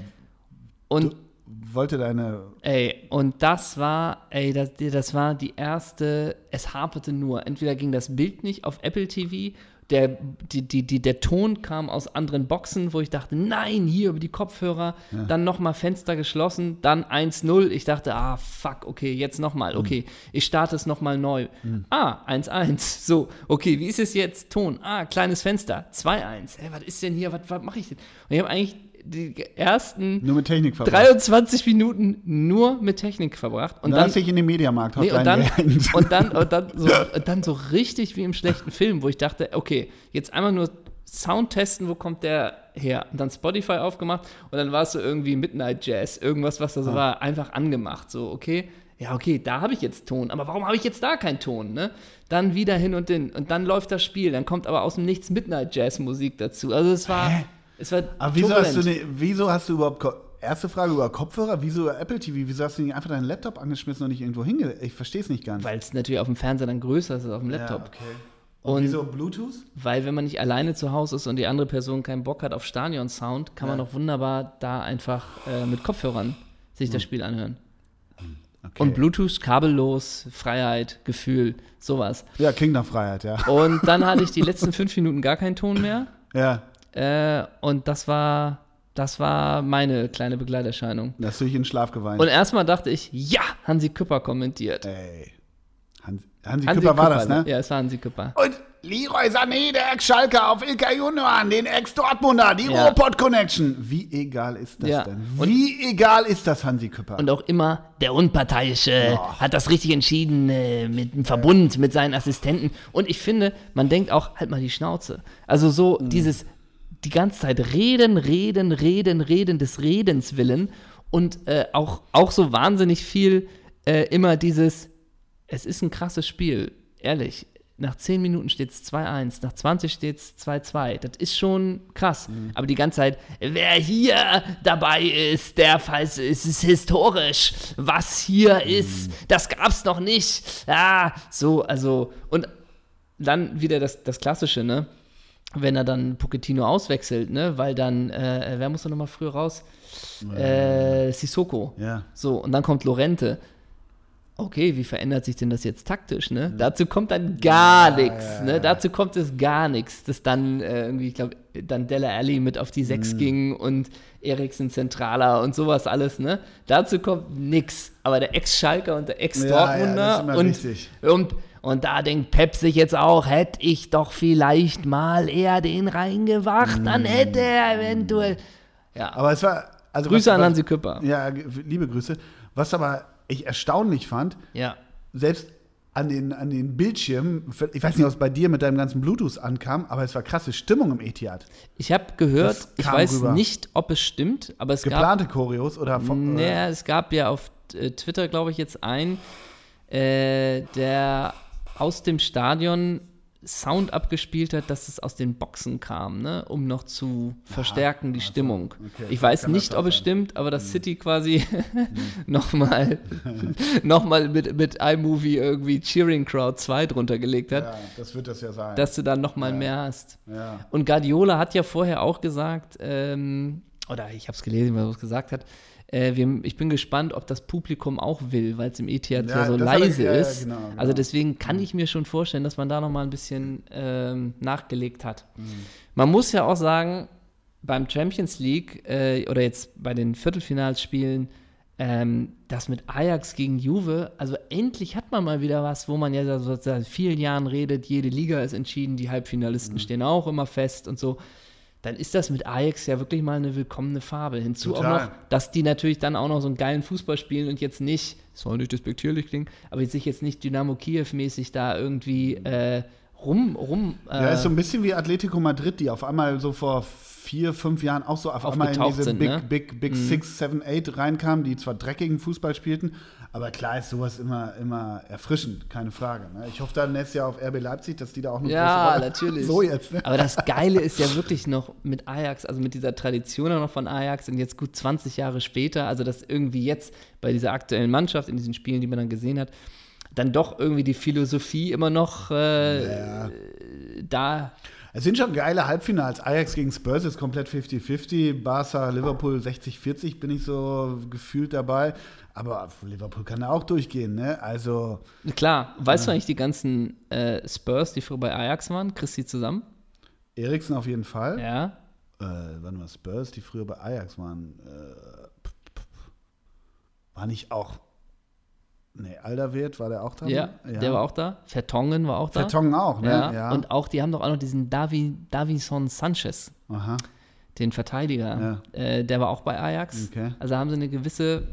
Speaker 1: Und
Speaker 2: wollte deine.
Speaker 1: Ey, und das war, ey, das, das war die erste, es haperte nur. Entweder ging das Bild nicht auf Apple TV, der, die, die, die, der Ton kam aus anderen Boxen, wo ich dachte, nein, hier über die Kopfhörer, dann nochmal Fenster geschlossen, dann 1-0. Ich dachte, ah, fuck, okay, jetzt nochmal, okay, ich starte es nochmal neu. Ah, 1-1, so, okay, wie ist es jetzt? Ton, ah, kleines Fenster, 2-1. Hey, was ist denn hier, was, was mache ich denn? Und ich habe eigentlich die ersten
Speaker 2: Nur mit Technik verbracht.
Speaker 1: 23 Minuten nur mit Technik verbracht und
Speaker 2: Und
Speaker 1: dann,
Speaker 2: dann sich in den Mediamarkt
Speaker 1: nee, und, dann,
Speaker 2: gehängt.
Speaker 1: und dann und dann so, und dann so richtig wie im schlechten Film, wo ich dachte, okay, jetzt einmal nur Sound testen, wo kommt der her? Und dann Spotify aufgemacht und dann war es so irgendwie Midnight Jazz, irgendwas, was da so war, einfach angemacht, so okay. Ja, okay, da habe ich jetzt Ton, aber warum habe ich jetzt da keinen Ton, ne? Dann wieder hin und hin und dann läuft das Spiel, dann kommt aber aus dem Nichts Midnight Jazz Musik dazu. Also es war
Speaker 2: Hä?
Speaker 1: es war
Speaker 2: Aber wieso
Speaker 1: turbulent.
Speaker 2: hast, du ne, wieso hast du überhaupt. Ko- Erste Frage über Kopfhörer, wieso über Apple TV? Wieso hast du nicht einfach deinen Laptop angeschmissen und nicht irgendwo hinge. Ich verstehe es nicht ganz.
Speaker 1: weil es natürlich auf dem Fernseher dann größer ist als auf dem
Speaker 2: ja,
Speaker 1: Laptop.
Speaker 2: okay. Und,
Speaker 1: Und-
Speaker 2: wieso Bluetooth?
Speaker 1: Weil wenn man nicht alleine zu Hause ist und die andere Person keinen Bock hat auf Stadion-Sound, kann man doch wunderbar da einfach äh, mit Kopfhörern sich das Spiel anhören.
Speaker 2: Hm. Okay.
Speaker 1: Und Bluetooth, kabellos, Freiheit, Gefühl, sowas.
Speaker 2: Ja, klingt nach Freiheit, ja.
Speaker 1: Und dann hatte ich die letzten fünf Minuten gar keinen Ton mehr.
Speaker 2: Ja.
Speaker 1: Äh, und das war, das war meine kleine Begleiterscheinung.
Speaker 2: Da hast du dich in den Schlaf geweint.
Speaker 1: Und erstmal dachte ich, ja, Hansi Küpper kommentiert.
Speaker 2: Ey. Hansi, Hansi
Speaker 1: Hansi
Speaker 2: Äh, Küpper war das, ne?
Speaker 1: Ja, es war Hansi Küpper.
Speaker 2: Und Leroy Sané, der Ex-Schalker auf Ilka Junioran, den Ex-Dortmunder, die
Speaker 1: Ja.
Speaker 2: Ruhrpott-Connection. Wie egal ist das
Speaker 1: Ja.
Speaker 2: denn? Wie egal ist das, Hansi Küpper?
Speaker 1: Und auch immer, der Unparteiische hat das richtig entschieden äh, mit dem Verbund, mit seinen Assistenten. Und ich finde, man denkt auch, halt mal die Schnauze. Also so dieses, die ganze Zeit reden, reden, reden, reden des Redens willen. Und äh, auch, auch so wahnsinnig viel äh, immer dieses, es ist ein krasses Spiel, ehrlich. Nach 10 Minuten steht es 2-1, nach 20 steht es 2-2. Das ist schon krass. Aber die ganze Zeit, wer hier dabei ist, der Fall es ist historisch. Was hier ist, das gab's noch nicht. Ah, so, also. Und dann wieder das, das Klassische, ne? Wenn er dann Pochettino auswechselt, ne? Weil dann, äh, wer muss da nochmal früher raus? Äh, Sissoko.
Speaker 2: Ja.
Speaker 1: So, und dann kommt Lorente. Okay, wie verändert sich denn das jetzt taktisch, ne? Dazu kommt dann gar nichts, ne? Dazu kommt es gar nichts, dass dann äh, irgendwie, ich glaube, dann Della Alli mit auf die 6
Speaker 2: Mhm.
Speaker 1: ging und Eriksen Zentraler und sowas alles, ne? Dazu kommt nichts. Aber der Ex-Schalker und der Ex-Dortmunder
Speaker 2: Ja, ja, das ist immer
Speaker 1: und
Speaker 2: richtig.
Speaker 1: und, und da denkt Pep sich jetzt auch, hätte ich doch vielleicht mal eher den reingewacht, dann hätte er eventuell. Ja.
Speaker 2: Mhm. Aber es war. Also
Speaker 1: Grüße
Speaker 2: was,
Speaker 1: an
Speaker 2: was-
Speaker 1: Hansi Küpper.
Speaker 2: Ja, g- liebe Grüße. Was aber ich erstaunlich fand,
Speaker 1: ja.
Speaker 2: selbst an den, an den Bildschirmen, ich weiß nicht, was bei dir mit deinem ganzen Bluetooth ankam, aber es war krasse Stimmung im Etihad.
Speaker 1: Ich habe gehört,
Speaker 2: Das
Speaker 1: ich
Speaker 2: kam
Speaker 1: weiß
Speaker 2: rüber.
Speaker 1: nicht, ob es stimmt, aber es gab,
Speaker 2: Geplante Choreos oder vom,
Speaker 1: naja, es gab ja auf äh, Twitter, glaube ich, jetzt einen, äh, der aus dem Stadion Sound abgespielt hat, dass es aus den Boxen kam, ne? um noch zu verstärken die Stimmung.
Speaker 2: okay,
Speaker 1: ich weiß
Speaker 2: kann das
Speaker 1: nicht,
Speaker 2: auch
Speaker 1: ob es
Speaker 2: sein. Hm.
Speaker 1: stimmt, aber dass City quasi nochmal noch mal mit, mit iMovie irgendwie Cheering Crowd 2 drunter gelegt hat,
Speaker 2: Ja, das wird das ja sein.
Speaker 1: dass du dann nochmal mal mehr hast.
Speaker 2: ja.
Speaker 1: Und Guardiola hat ja vorher auch gesagt, ähm, oder ich habe es gelesen, was er gesagt hat, äh, wir, ich bin gespannt, ob das Publikum auch will, weil es im Etihad ja,
Speaker 2: Ja,
Speaker 1: so
Speaker 2: das hat er-
Speaker 1: leise
Speaker 2: ja, ja,
Speaker 1: ist.
Speaker 2: genau, genau.
Speaker 1: Also deswegen kann ich mir schon vorstellen, dass man da nochmal ein bisschen ähm, nachgelegt hat.
Speaker 2: Mhm.
Speaker 1: Man muss ja auch sagen, beim Champions League äh, oder jetzt bei den Viertelfinalsspielen, ähm, das mit Ajax gegen Juve, also endlich hat man mal wieder was, wo man ja so seit vielen Jahren redet, jede Liga ist entschieden, die Halbfinalisten
Speaker 2: Mhm.
Speaker 1: stehen auch immer fest und so. Dann ist das mit Ajax ja wirklich mal eine willkommene Farbe. Hinzu auch
Speaker 2: Total.
Speaker 1: noch, dass die natürlich dann auch noch so einen geilen Fußball spielen und jetzt nicht, soll nicht despektierlich klingen, aber sich jetzt nicht Dynamo Kiew-mäßig da irgendwie äh, rum, rum. Äh,
Speaker 2: ja, ist so ein bisschen wie Atletico Madrid, die auf einmal so vor vier, fünf Jahren auch so auf einmal in
Speaker 1: Aufgetaucht
Speaker 2: diese
Speaker 1: sind,
Speaker 2: Big,
Speaker 1: ne?
Speaker 2: Big, Big Six, Seven, Eight reinkamen, die zwar dreckigen Fußball spielten, aber klar ist sowas immer, immer erfrischend, keine Frage. Ne? Ich hoffe dann nächstes Jahr auf RB Leipzig, dass die da auch eine
Speaker 1: Ja,
Speaker 2: große Rolle-
Speaker 1: natürlich.
Speaker 2: So jetzt, ne?
Speaker 1: Aber das Geile ist ja wirklich noch mit Ajax, also mit dieser Tradition auch noch von Ajax und jetzt gut 20 Jahre später, also dass irgendwie jetzt bei dieser aktuellen Mannschaft, in diesen Spielen, die man dann gesehen hat, dann doch irgendwie die Philosophie immer noch äh,
Speaker 2: Ja.
Speaker 1: da.
Speaker 2: Es sind schon geile Halbfinals. Ajax gegen Spurs ist komplett 50-50. Barca, Liverpool 60-40 bin ich so gefühlt dabei. Aber Liverpool kann da auch durchgehen, ne? Also,
Speaker 1: Klar, weißt du eigentlich die ganzen äh, Spurs, die früher bei Ajax waren, kriegst du die zusammen?
Speaker 2: Eriksen auf jeden Fall.
Speaker 1: Ja.
Speaker 2: Äh, wann war Spurs, die früher bei Ajax waren? Äh, p- p- p- war nicht auch. Nee, Alderweireld war der auch da?
Speaker 1: Ja, der war auch da. Vertongen war auch da.
Speaker 2: Vertongen auch, ne?
Speaker 1: ja.
Speaker 2: Ja.
Speaker 1: Und auch, die haben doch auch noch diesen Davi, Davison Sanchez.
Speaker 2: Aha.
Speaker 1: den Verteidiger, äh, der war auch bei Ajax.
Speaker 2: Okay.
Speaker 1: Also haben sie eine gewisse,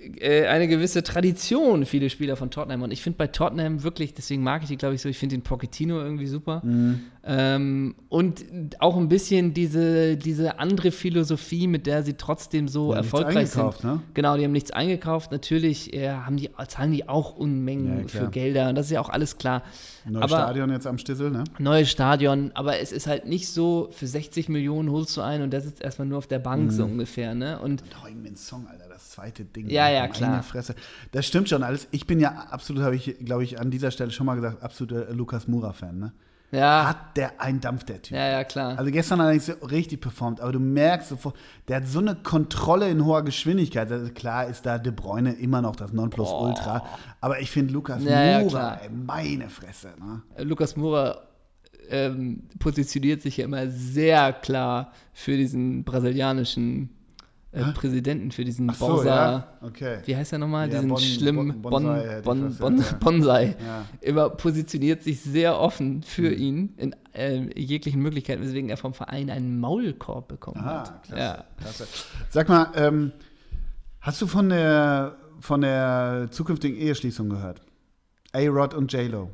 Speaker 1: äh, eine gewisse Tradition, viele Spieler von Tottenham. Und ich finde bei Tottenham wirklich, deswegen mag ich die, glaube ich, so, ich finde den Pochettino irgendwie super.
Speaker 2: Mhm.
Speaker 1: Ähm, und auch ein bisschen diese, diese andere Philosophie, mit der sie trotzdem so
Speaker 2: Die haben nichts
Speaker 1: erfolgreich sind.
Speaker 2: eingekauft, ne?
Speaker 1: Genau, die haben nichts eingekauft. Natürlich äh, haben die, zahlen die auch Unmengen
Speaker 2: Ja, klar.
Speaker 1: für Gelder. Und das ist ja auch alles klar.
Speaker 2: Neues
Speaker 1: Aber-
Speaker 2: Stadion jetzt am Stissel, ne?
Speaker 1: Neues Stadion, aber es ist halt nicht so, für 60 Millionen holst du einen und der sitzt erstmal nur auf der Bank
Speaker 2: Mhm.
Speaker 1: so ungefähr, ne? Und
Speaker 2: Heung-Min Song, Alter, das zweite Ding.
Speaker 1: Ja, ja,
Speaker 2: Meine
Speaker 1: klar.
Speaker 2: Fresse. Das stimmt schon alles. Ich bin ja absolut, habe ich, glaube ich, an dieser Stelle schon mal gesagt, absoluter Lukas Mura-Fan, ne?
Speaker 1: ja,
Speaker 2: Hat der einen Dampf, der Typ.
Speaker 1: ja, ja, klar.
Speaker 2: Also gestern hat er nicht so richtig performt, aber du merkst sofort, der hat so eine Kontrolle in hoher Geschwindigkeit. Also klar ist da De Bruyne immer noch das Nonplusultra, aber ich finde Lukas
Speaker 1: Ja, ja,
Speaker 2: Moura,
Speaker 1: klar.
Speaker 2: ey, meine Fresse. Ne?
Speaker 1: Lukas Moura ähm, positioniert sich ja immer sehr klar für diesen brasilianischen äh, Präsidenten, für diesen Borsa.
Speaker 2: okay.
Speaker 1: Wie heißt er nochmal?
Speaker 2: Ja,
Speaker 1: Diesen
Speaker 2: Bon-
Speaker 1: schlimmen
Speaker 2: Bon-
Speaker 1: bon,
Speaker 2: Bonsai, hätte
Speaker 1: bon,
Speaker 2: ich
Speaker 1: bon,
Speaker 2: fast
Speaker 1: bon, Bonsai.
Speaker 2: gesagt, ja. Ja. Mhm.
Speaker 1: Immer positioniert sich sehr offen für ihn in ähm, jeglichen Möglichkeiten, weswegen er vom Verein einen Maulkorb bekommen
Speaker 2: Ah,
Speaker 1: hat.
Speaker 2: klasse,
Speaker 1: Ja.
Speaker 2: klasse. Sag mal, ähm, hast du von der, von der zukünftigen Eheschließung gehört? A-Rod und J-Lo.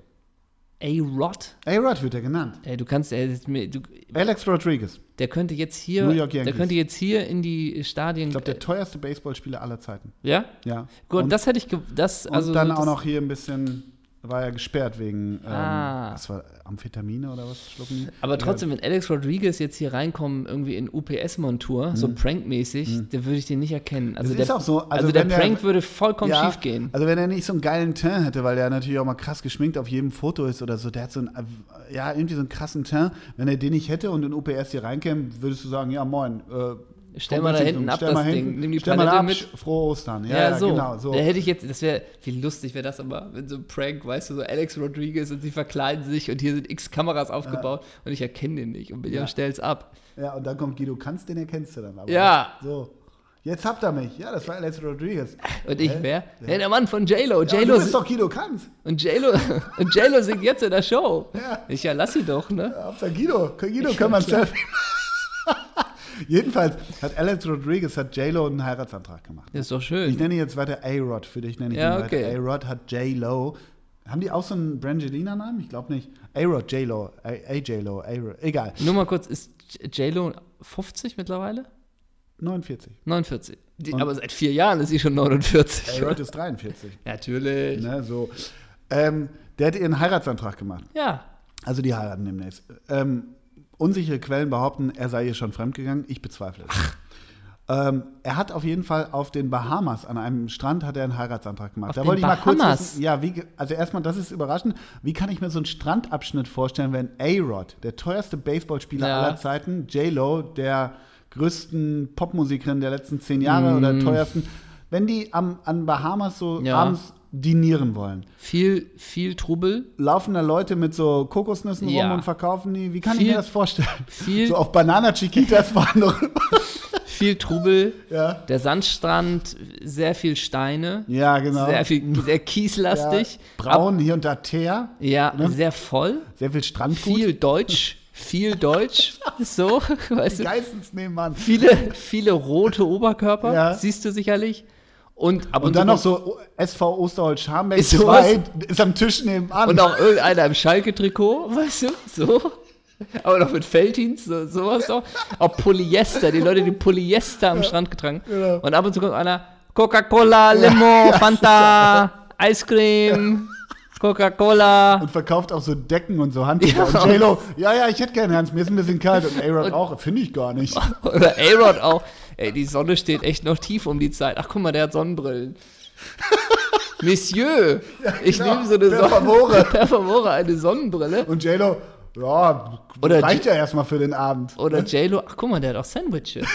Speaker 1: A-Rod.
Speaker 2: A-Rod wird er genannt.
Speaker 1: Ey, du kannst, ey, das ist mir- du,
Speaker 2: Alex Rodriguez.
Speaker 1: der könnte jetzt hier,
Speaker 2: New York
Speaker 1: der
Speaker 2: Yankees.
Speaker 1: könnte jetzt hier in die Stadien.
Speaker 2: Ich glaube, der teuerste Baseballspieler aller Zeiten.
Speaker 1: ja,
Speaker 2: Ja.
Speaker 1: äh, gut,
Speaker 2: und,
Speaker 1: das hätte ich, ge- das, also
Speaker 2: und dann
Speaker 1: das,
Speaker 2: auch noch hier ein bisschen war ja gesperrt wegen, ähm,
Speaker 1: Ah.
Speaker 2: was war, Amphetamine oder was schlucken die?
Speaker 1: Aber trotzdem, wenn Alex Rodriguez jetzt hier reinkommt, irgendwie in UPS-Montur, so prankmäßig, dann würde ich den nicht erkennen. Also
Speaker 2: Mhm.
Speaker 1: der,
Speaker 2: Es ist auch so, also
Speaker 1: also der
Speaker 2: wenn der-
Speaker 1: Prank würde vollkommen schief gehen.
Speaker 2: Also wenn er nicht so einen geilen Teint hätte, weil der natürlich auch mal krass geschminkt auf jedem Foto ist oder so, der hat so einen, äh, ja, irgendwie so einen krassen Teint. Wenn er den nicht hätte und in UPS hier reinkäme, würdest du sagen, ja moin, äh,
Speaker 1: Stell
Speaker 2: komm
Speaker 1: mal
Speaker 2: mit
Speaker 1: da
Speaker 2: zum-
Speaker 1: hinten ab
Speaker 2: stell
Speaker 1: das
Speaker 2: mal
Speaker 1: Ding, nimm die
Speaker 2: stell mal da
Speaker 1: Palette
Speaker 2: ab,
Speaker 1: mit.
Speaker 2: sch- frohe Ostern. Ja,
Speaker 1: Ja, so.
Speaker 2: genau, so.
Speaker 1: Da hätte ich jetzt, das wäre, wie lustig wäre das aber, wenn so ein Prank, weißt du, so Alex Rodriguez und sie verkleiden sich und hier sind x Kameras aufgebaut und ich erkenne den nicht und bin
Speaker 2: Ja.
Speaker 1: ja, stell's ab.
Speaker 2: Ja, und dann kommt Guido Kanz, den erkennst du dann aber.
Speaker 1: Ja.
Speaker 2: So. Jetzt habt ihr mich. Ja, das war Alex Rodriguez.
Speaker 1: Und ich
Speaker 2: Hä?
Speaker 1: wäre, hey, der Mann von J-Lo.
Speaker 2: Ja,
Speaker 1: J-Lo
Speaker 2: du bist
Speaker 1: si-
Speaker 2: doch Guido Kanz.
Speaker 1: und J-Lo und J-Lo singt jetzt in der Show.
Speaker 2: Ja.
Speaker 1: Ich ja, lass sie doch, ne?
Speaker 2: Ja, Hauptsache Guido. Guido können wir ein Selfie machen. Jedenfalls hat Alex Rodriguez, hat J-Lo einen Heiratsantrag gemacht.
Speaker 1: Das ist doch
Speaker 2: Ich
Speaker 1: schön.
Speaker 2: nenne jetzt weiter A-Rod für dich. Nenne ich
Speaker 1: Ja,
Speaker 2: ihn weiter.
Speaker 1: okay.
Speaker 2: A-Rod hat J-Lo. Haben die auch so einen Brangelina-Namen? Ich glaube nicht. A-Rod, J-Lo, A- A-J-Lo, A-Rod. Egal.
Speaker 1: Nur mal kurz, ist J- J-Lo 50 mittlerweile?
Speaker 2: 49.
Speaker 1: 49. Die,
Speaker 2: Und-
Speaker 1: aber seit vier Jahren ist sie schon 49.
Speaker 2: A-Rod ist 43.
Speaker 1: Natürlich.
Speaker 2: Ne, so. Ähm, der hat ihren Heiratsantrag gemacht.
Speaker 1: Ja.
Speaker 2: Also die heiraten demnächst. Ähm, unsichere Quellen behaupten, er sei ihr schon fremdgegangen. Ich bezweifle es. Ähm, er hat auf jeden Fall auf den Bahamas an einem Strand hat er einen Heiratsantrag gemacht.
Speaker 1: Auf
Speaker 2: da
Speaker 1: den
Speaker 2: wollte ich mal kurz
Speaker 1: Bahamas?
Speaker 2: wissen, ja, wie, ge- also erstmal, das ist überraschend. Wie kann ich mir so einen Strandabschnitt vorstellen, wenn A-Rod, der teuerste Baseballspieler
Speaker 1: Ja.
Speaker 2: aller Zeiten, J-Lo, der größten Popmusikerin der letzten zehn Jahre oder teuersten, wenn die am, an Bahamas so
Speaker 1: Mm. Ja.
Speaker 2: abends dinieren wollen?
Speaker 1: Viel, viel Trubel.
Speaker 2: laufen da Leute mit so Kokosnüssen
Speaker 1: Ja.
Speaker 2: rum und verkaufen die? Wie kann ich
Speaker 1: Viel-
Speaker 2: mir das vorstellen?
Speaker 1: viel-
Speaker 2: so auf Banana Chiquitas waren noch.
Speaker 1: Viel Trubel.
Speaker 2: ja.
Speaker 1: Der Sandstrand, sehr viel Steine.
Speaker 2: ja, genau.
Speaker 1: Sehr, viel, sehr kieslastig.
Speaker 2: ja. Braun, hier und da Teer.
Speaker 1: Ja,
Speaker 2: Ne?
Speaker 1: sehr voll.
Speaker 2: Sehr viel Strandgut.
Speaker 1: Viel Deutsch. Viel Deutsch. so, weißt
Speaker 2: Die
Speaker 1: du.
Speaker 2: Geistens nebenan.
Speaker 1: Viele, viele rote Oberkörper,
Speaker 2: Ja.
Speaker 1: siehst du sicherlich. Und ab und,
Speaker 2: Und dann
Speaker 1: zu-
Speaker 2: noch so SV Osterholz Scharmbeck
Speaker 1: Ist
Speaker 2: 2 ist am Tisch nebenan.
Speaker 1: Und auch irgendeiner im Schalke-Trikot, weißt du? So. Aber noch mit Felddienst, so, sowas doch. Auch Polyester, die Leute, die Polyester am Strand getragen.
Speaker 2: genau.
Speaker 1: Und ab und zu kommt einer, Coca-Cola, Limo, Fanta, Eiscreme, Coca-Cola.
Speaker 2: und verkauft auch so Decken und so Handtücher.
Speaker 1: Ja.
Speaker 2: Und J-Lo, ja, ja, ich hätte gerne Hans, mir ist ein bisschen kalt. Und A-Rod
Speaker 1: Und-
Speaker 2: auch, finde ich gar nicht.
Speaker 1: Oder A-Rod auch. Ey, die Sonne steht echt noch tief um die Zeit. Ach, guck mal, der hat Sonnenbrillen. Monsieur, ich
Speaker 2: genau.
Speaker 1: nehme so eine
Speaker 2: Per
Speaker 1: Sonne-
Speaker 2: favore.
Speaker 1: Per favore, eine Sonnenbrille.
Speaker 2: Und J-Lo, ja,
Speaker 1: Oder
Speaker 2: reicht ja erstmal für den Abend.
Speaker 1: Oder J-Lo, ach guck mal, der hat auch Sandwiches.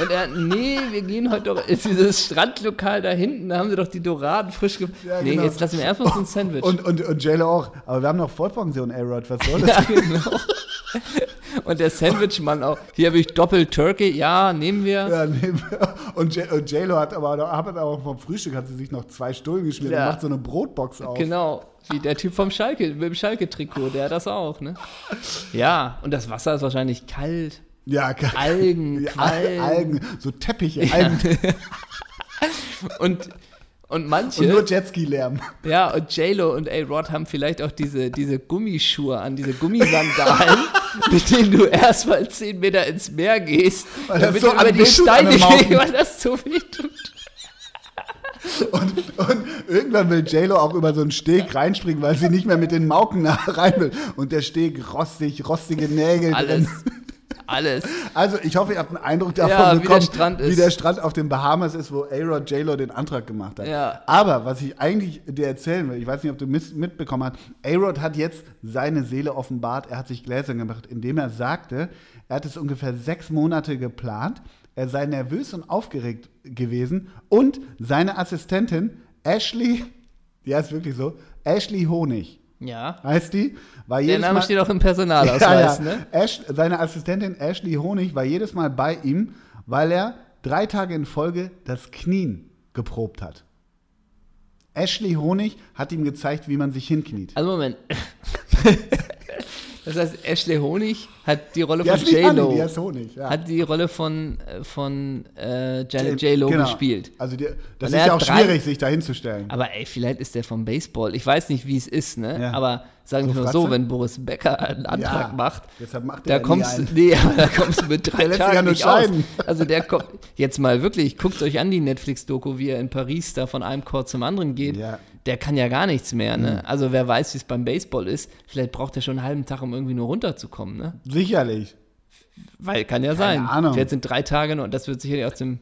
Speaker 1: Und er, nee, wir gehen heute doch in dieses Strandlokal da hinten, da haben sie doch die Doraden frisch ge
Speaker 2: Ja,
Speaker 1: Nee,
Speaker 2: genau.
Speaker 1: jetzt lassen wir erstmal so ein Sandwich.
Speaker 2: Und, und, und J-Lo auch. Aber wir haben noch Fortpension, A-Rod, was soll das?
Speaker 1: ja, genau. Und der Sandwichmann auch. Hier habe ich Doppel Turkey, ja, nehmen wir.
Speaker 2: Ja, nee. Und J- und J-Lo hat aber, noch- hat aber auch vom Frühstück hat sie sich noch zwei Stullen geschmiert
Speaker 1: Ja.
Speaker 2: und macht so eine Brotbox auf.
Speaker 1: Genau. Wie der Typ vom Schalke, mit dem Schalke-Trikot, der hat das auch, ne? Ja, und das Wasser ist wahrscheinlich kalt.
Speaker 2: Ja, ge-
Speaker 1: Algen,
Speaker 2: Ja,
Speaker 1: Quallen.
Speaker 2: Algen, so Teppiche, Algen
Speaker 1: Und, und manche.
Speaker 2: und nur Jetski-Lärm.
Speaker 1: Ja, und J-Lo und A-Rod haben vielleicht auch diese, diese Gummischuhe an, diese Gummisandalen, mit denen du erstmal 10 Meter ins Meer gehst,
Speaker 2: Weil das
Speaker 1: damit
Speaker 2: so
Speaker 1: du über
Speaker 2: an
Speaker 1: die
Speaker 2: Wind tut, an
Speaker 1: Steine
Speaker 2: den
Speaker 1: gehst,
Speaker 2: Mauern.
Speaker 1: weil das so weh tut.
Speaker 2: Und, und irgendwann will J-Lo auch über so einen Steg reinspringen, weil sie nicht mehr mit den Mauken nah rein will. Und der Steg rostig, rostige Nägel
Speaker 1: Alles.
Speaker 2: drin.
Speaker 1: Alles.
Speaker 2: Also ich hoffe, ihr habt einen Eindruck davon
Speaker 1: Ja, wie
Speaker 2: bekommen,
Speaker 1: der Strand
Speaker 2: wie
Speaker 1: ist.
Speaker 2: der Strand auf den Bahamas ist, wo A-Rod J-Lo den Antrag gemacht hat.
Speaker 1: Ja.
Speaker 2: Aber was ich eigentlich dir erzählen will, ich weiß nicht, ob du mis- mitbekommen hast, A-Rod hat jetzt seine Seele offenbart, er hat sich gläsern gemacht, indem er sagte, er hat es ungefähr sechs Monate geplant, er sei nervös und aufgeregt gewesen und seine Assistentin Ashley, die heißt wirklich so, Ashley Honig
Speaker 1: Ja.
Speaker 2: heißt die, war
Speaker 1: Der
Speaker 2: jedes
Speaker 1: Name
Speaker 2: Mal
Speaker 1: steht auch im Personalausweis,
Speaker 2: ja, ja.
Speaker 1: ne?
Speaker 2: Ash, seine Assistentin Ashley Honig war jedes Mal bei ihm, weil er drei Tage in Folge das Knien geprobt hat. Ashley Honig hat ihm gezeigt, wie man sich hinkniet.
Speaker 1: Also Moment. Das heißt, Ashley Honig hat die Rolle
Speaker 2: Die
Speaker 1: von
Speaker 2: heißt nicht Anni, die
Speaker 1: J-Lo.
Speaker 2: heißt Honig. Ja.
Speaker 1: Hat die Rolle von, äh, von äh, Janet J-Lo
Speaker 2: Genau.
Speaker 1: gespielt.
Speaker 2: Also die, das
Speaker 1: Und er
Speaker 2: ist ja auch
Speaker 1: hat drei-
Speaker 2: schwierig, sich da hinzustellen.
Speaker 1: Aber ey, vielleicht ist der vom Baseball. Ich weiß nicht, wie es ist, ne?
Speaker 2: Ja.
Speaker 1: Aber sagen wir
Speaker 2: So
Speaker 1: mal so,
Speaker 2: Fratze?
Speaker 1: wenn Boris Becker einen Antrag
Speaker 2: Ja.
Speaker 1: macht,
Speaker 2: Deshalb macht
Speaker 1: da
Speaker 2: er
Speaker 1: kommst, du-
Speaker 2: nie einen.
Speaker 1: nee, aber da kommst du mit drei
Speaker 2: lässt sich ja
Speaker 1: Tagen
Speaker 2: nur
Speaker 1: nicht aus.
Speaker 2: scheiden.
Speaker 1: Also der kommt, jetzt mal wirklich, guckt euch an die Netflix-Doku, wie er in Paris da von einem Chor zum anderen geht.
Speaker 2: Ja. Mhm.
Speaker 1: der kann ja gar nichts mehr. Ne? Also wer weiß, wie es beim Baseball ist, vielleicht braucht er schon einen halben Tag, um irgendwie nur runterzukommen. Ne?
Speaker 2: Sicherlich.
Speaker 1: Weil kann ja sein.
Speaker 2: Ahnung.
Speaker 1: Vielleicht sind drei Tage noch, das wird sicherlich aus dem.